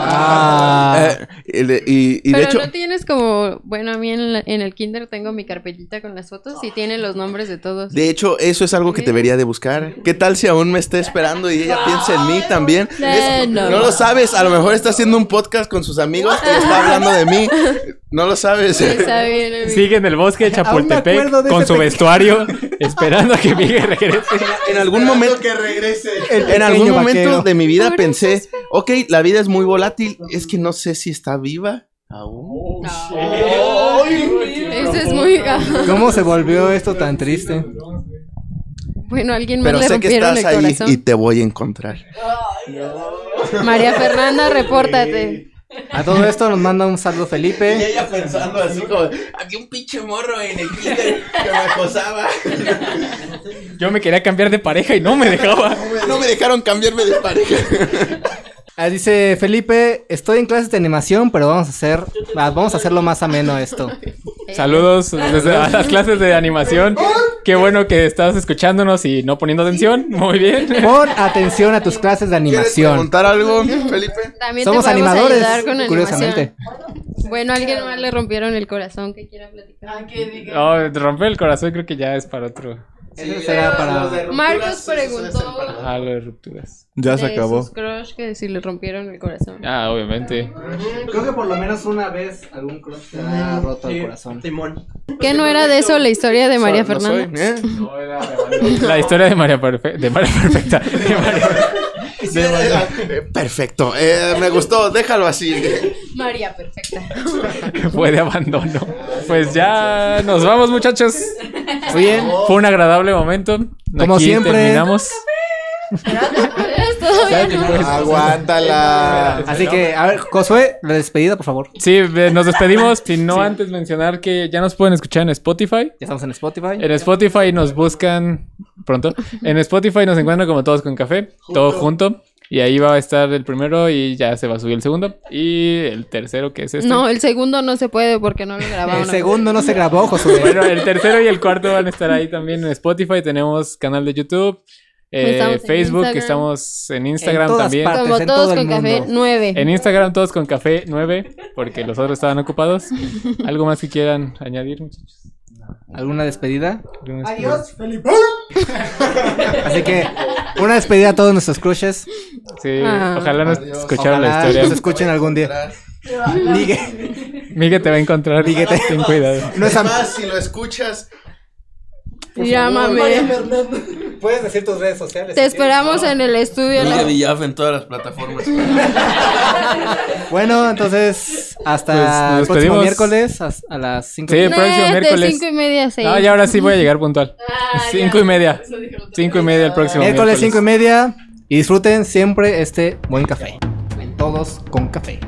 Ah.
Eh, y de- y, y de
Pero
hecho,
no tienes como, bueno, a mí en, la- en el kinder tengo mi carpetita con las fotos y tiene los nombres de todos.
de hecho, eso es algo que debería de buscar. ¿Qué tal si aún me está esperando y ella piensa en mí también? Es-
no.
no. lo sabes, a lo mejor está haciendo un podcast con sus amigos y está hablando de mí. No lo sabes.
Está bien, amigo.
Sigue en el bosque de
Aún me
Chapultepec
acuerdo de
con
ese
su
pequeño- (laughs)
vestuario, esperando a que Miguel regrese.
En algún momento
que regrese.
En algún
pequeño
momento
vaquero.
de mi vida
Por eso
pensé, ok, la vida es muy volátil, es que no sé si está viva aún.
Eso es muy. ah,
¿Cómo se volvió esto tan triste?
Bueno, alguien más
Pero
le
sé que
rompieron
estás
el
ahí
corazón.
y te voy a encontrar.
María Fernanda, repórtate.
A todo esto nos manda un saludo Felipe.
ella pensando así como, había un pinche morro en el kinder que me acosaba.
Yo me quería cambiar de pareja y no me dejaba.
No me dejaron cambiarme de pareja.
Ah, dice Felipe, estoy en clases de animación, pero vamos a hacer, ah, vamos a hacerlo más ameno esto.
Saludos desde a las clases de animación. Qué bueno que estás escuchándonos y no poniendo atención. Muy bien.
Pon atención a tus clases de
¿Quieres
animación.
preguntar algo, Felipe?
También
Somos
te podemos
animadores,
ayudar con animación.
curiosamente.
Bueno, alguien más le rompieron el corazón que quiera platicar.
Ah, que diga.
Oh, te rompe el corazón, creo que ya es para otro.
Eso será para-
Marcos preguntó
Ah, lo de rupturas.
Ya se
de
acabó.
sus crush que si le rompieron el corazón.
Ah, obviamente.
Creo que por lo menos una vez algún crush te ha roto el corazón.
Timón.
¿Qué no era de eso la historia de María
No
Fernanda?
soy, ¿eh?
(laughs)
La historia de María, Perfe- de María Perfecta. De María-
Eh, Perfecto, eh, me gustó, déjalo así.
María perfecta.
Fue de abandono. Pues ya nos vamos, muchachos.
Muy bien.
Fue un agradable momento.
Como siempre.
Terminamos.
Esto Todavía
Espérate,
no.
pues.
Ah,
Aguántala.
Así que, a ver, Josué, la despedida, por favor.
Sí, eh, nos despedimos. Si no, antes mencionar que ya nos pueden escuchar en Spotify.
Ya estamos en Spotify.
En Spotify nos buscan pronto. En Spotify nos encuentran como todos con café, todo junto. Y ahí va a estar el primero y ya se va a subir el segundo. Y el tercero, que es este.
No, el segundo no se puede porque no lo grabamos.
El segundo no se grabó, Josué.
Bueno, el tercero y el cuarto van a estar ahí también en Spotify. Tenemos canal de YouTube, eh,
Estamos en
Facebook,
Instagram.
estamos en Instagram
En todas
también.
partes.
Como
en
todos
todo el
con café,
mundo.
nueve.
En Instagram todos con café 9, porque los otros estaban ocupados. ¿Algo más que quieran añadir, muchachos?
¿Alguna despedida?
¿Alguna
Adiós, Felipe.
Así que, una despedida a todos nuestros crushes.
Sí,
Ah.
ojalá nos
Adiós.
escucharon
Ojalá
la
nos
historia.
escuchen algún día. Ligue-
Miguel te va a encontrar.
Miguel te-
Ten cuidado.
No es am-
más, si lo escuchas,
este
Llámame.
Puedes decir tus redes sociales.
Te esperamos en el estudio.
Miguel
la-
Villaf en todas las plataformas.
Bueno, entonces, hasta
Pues, nos
el próximo
despedimos.
miércoles as- a, las 5
Sí, el Eh, próximo
No, De
miércoles.
este cinco y media a seis.
Ah, y ahora sí voy a llegar puntual. Cinco y media. Cinco y media el próximo miércoles.
Miércoles 5 y media. Y disfruten siempre este buen café. Todos con café.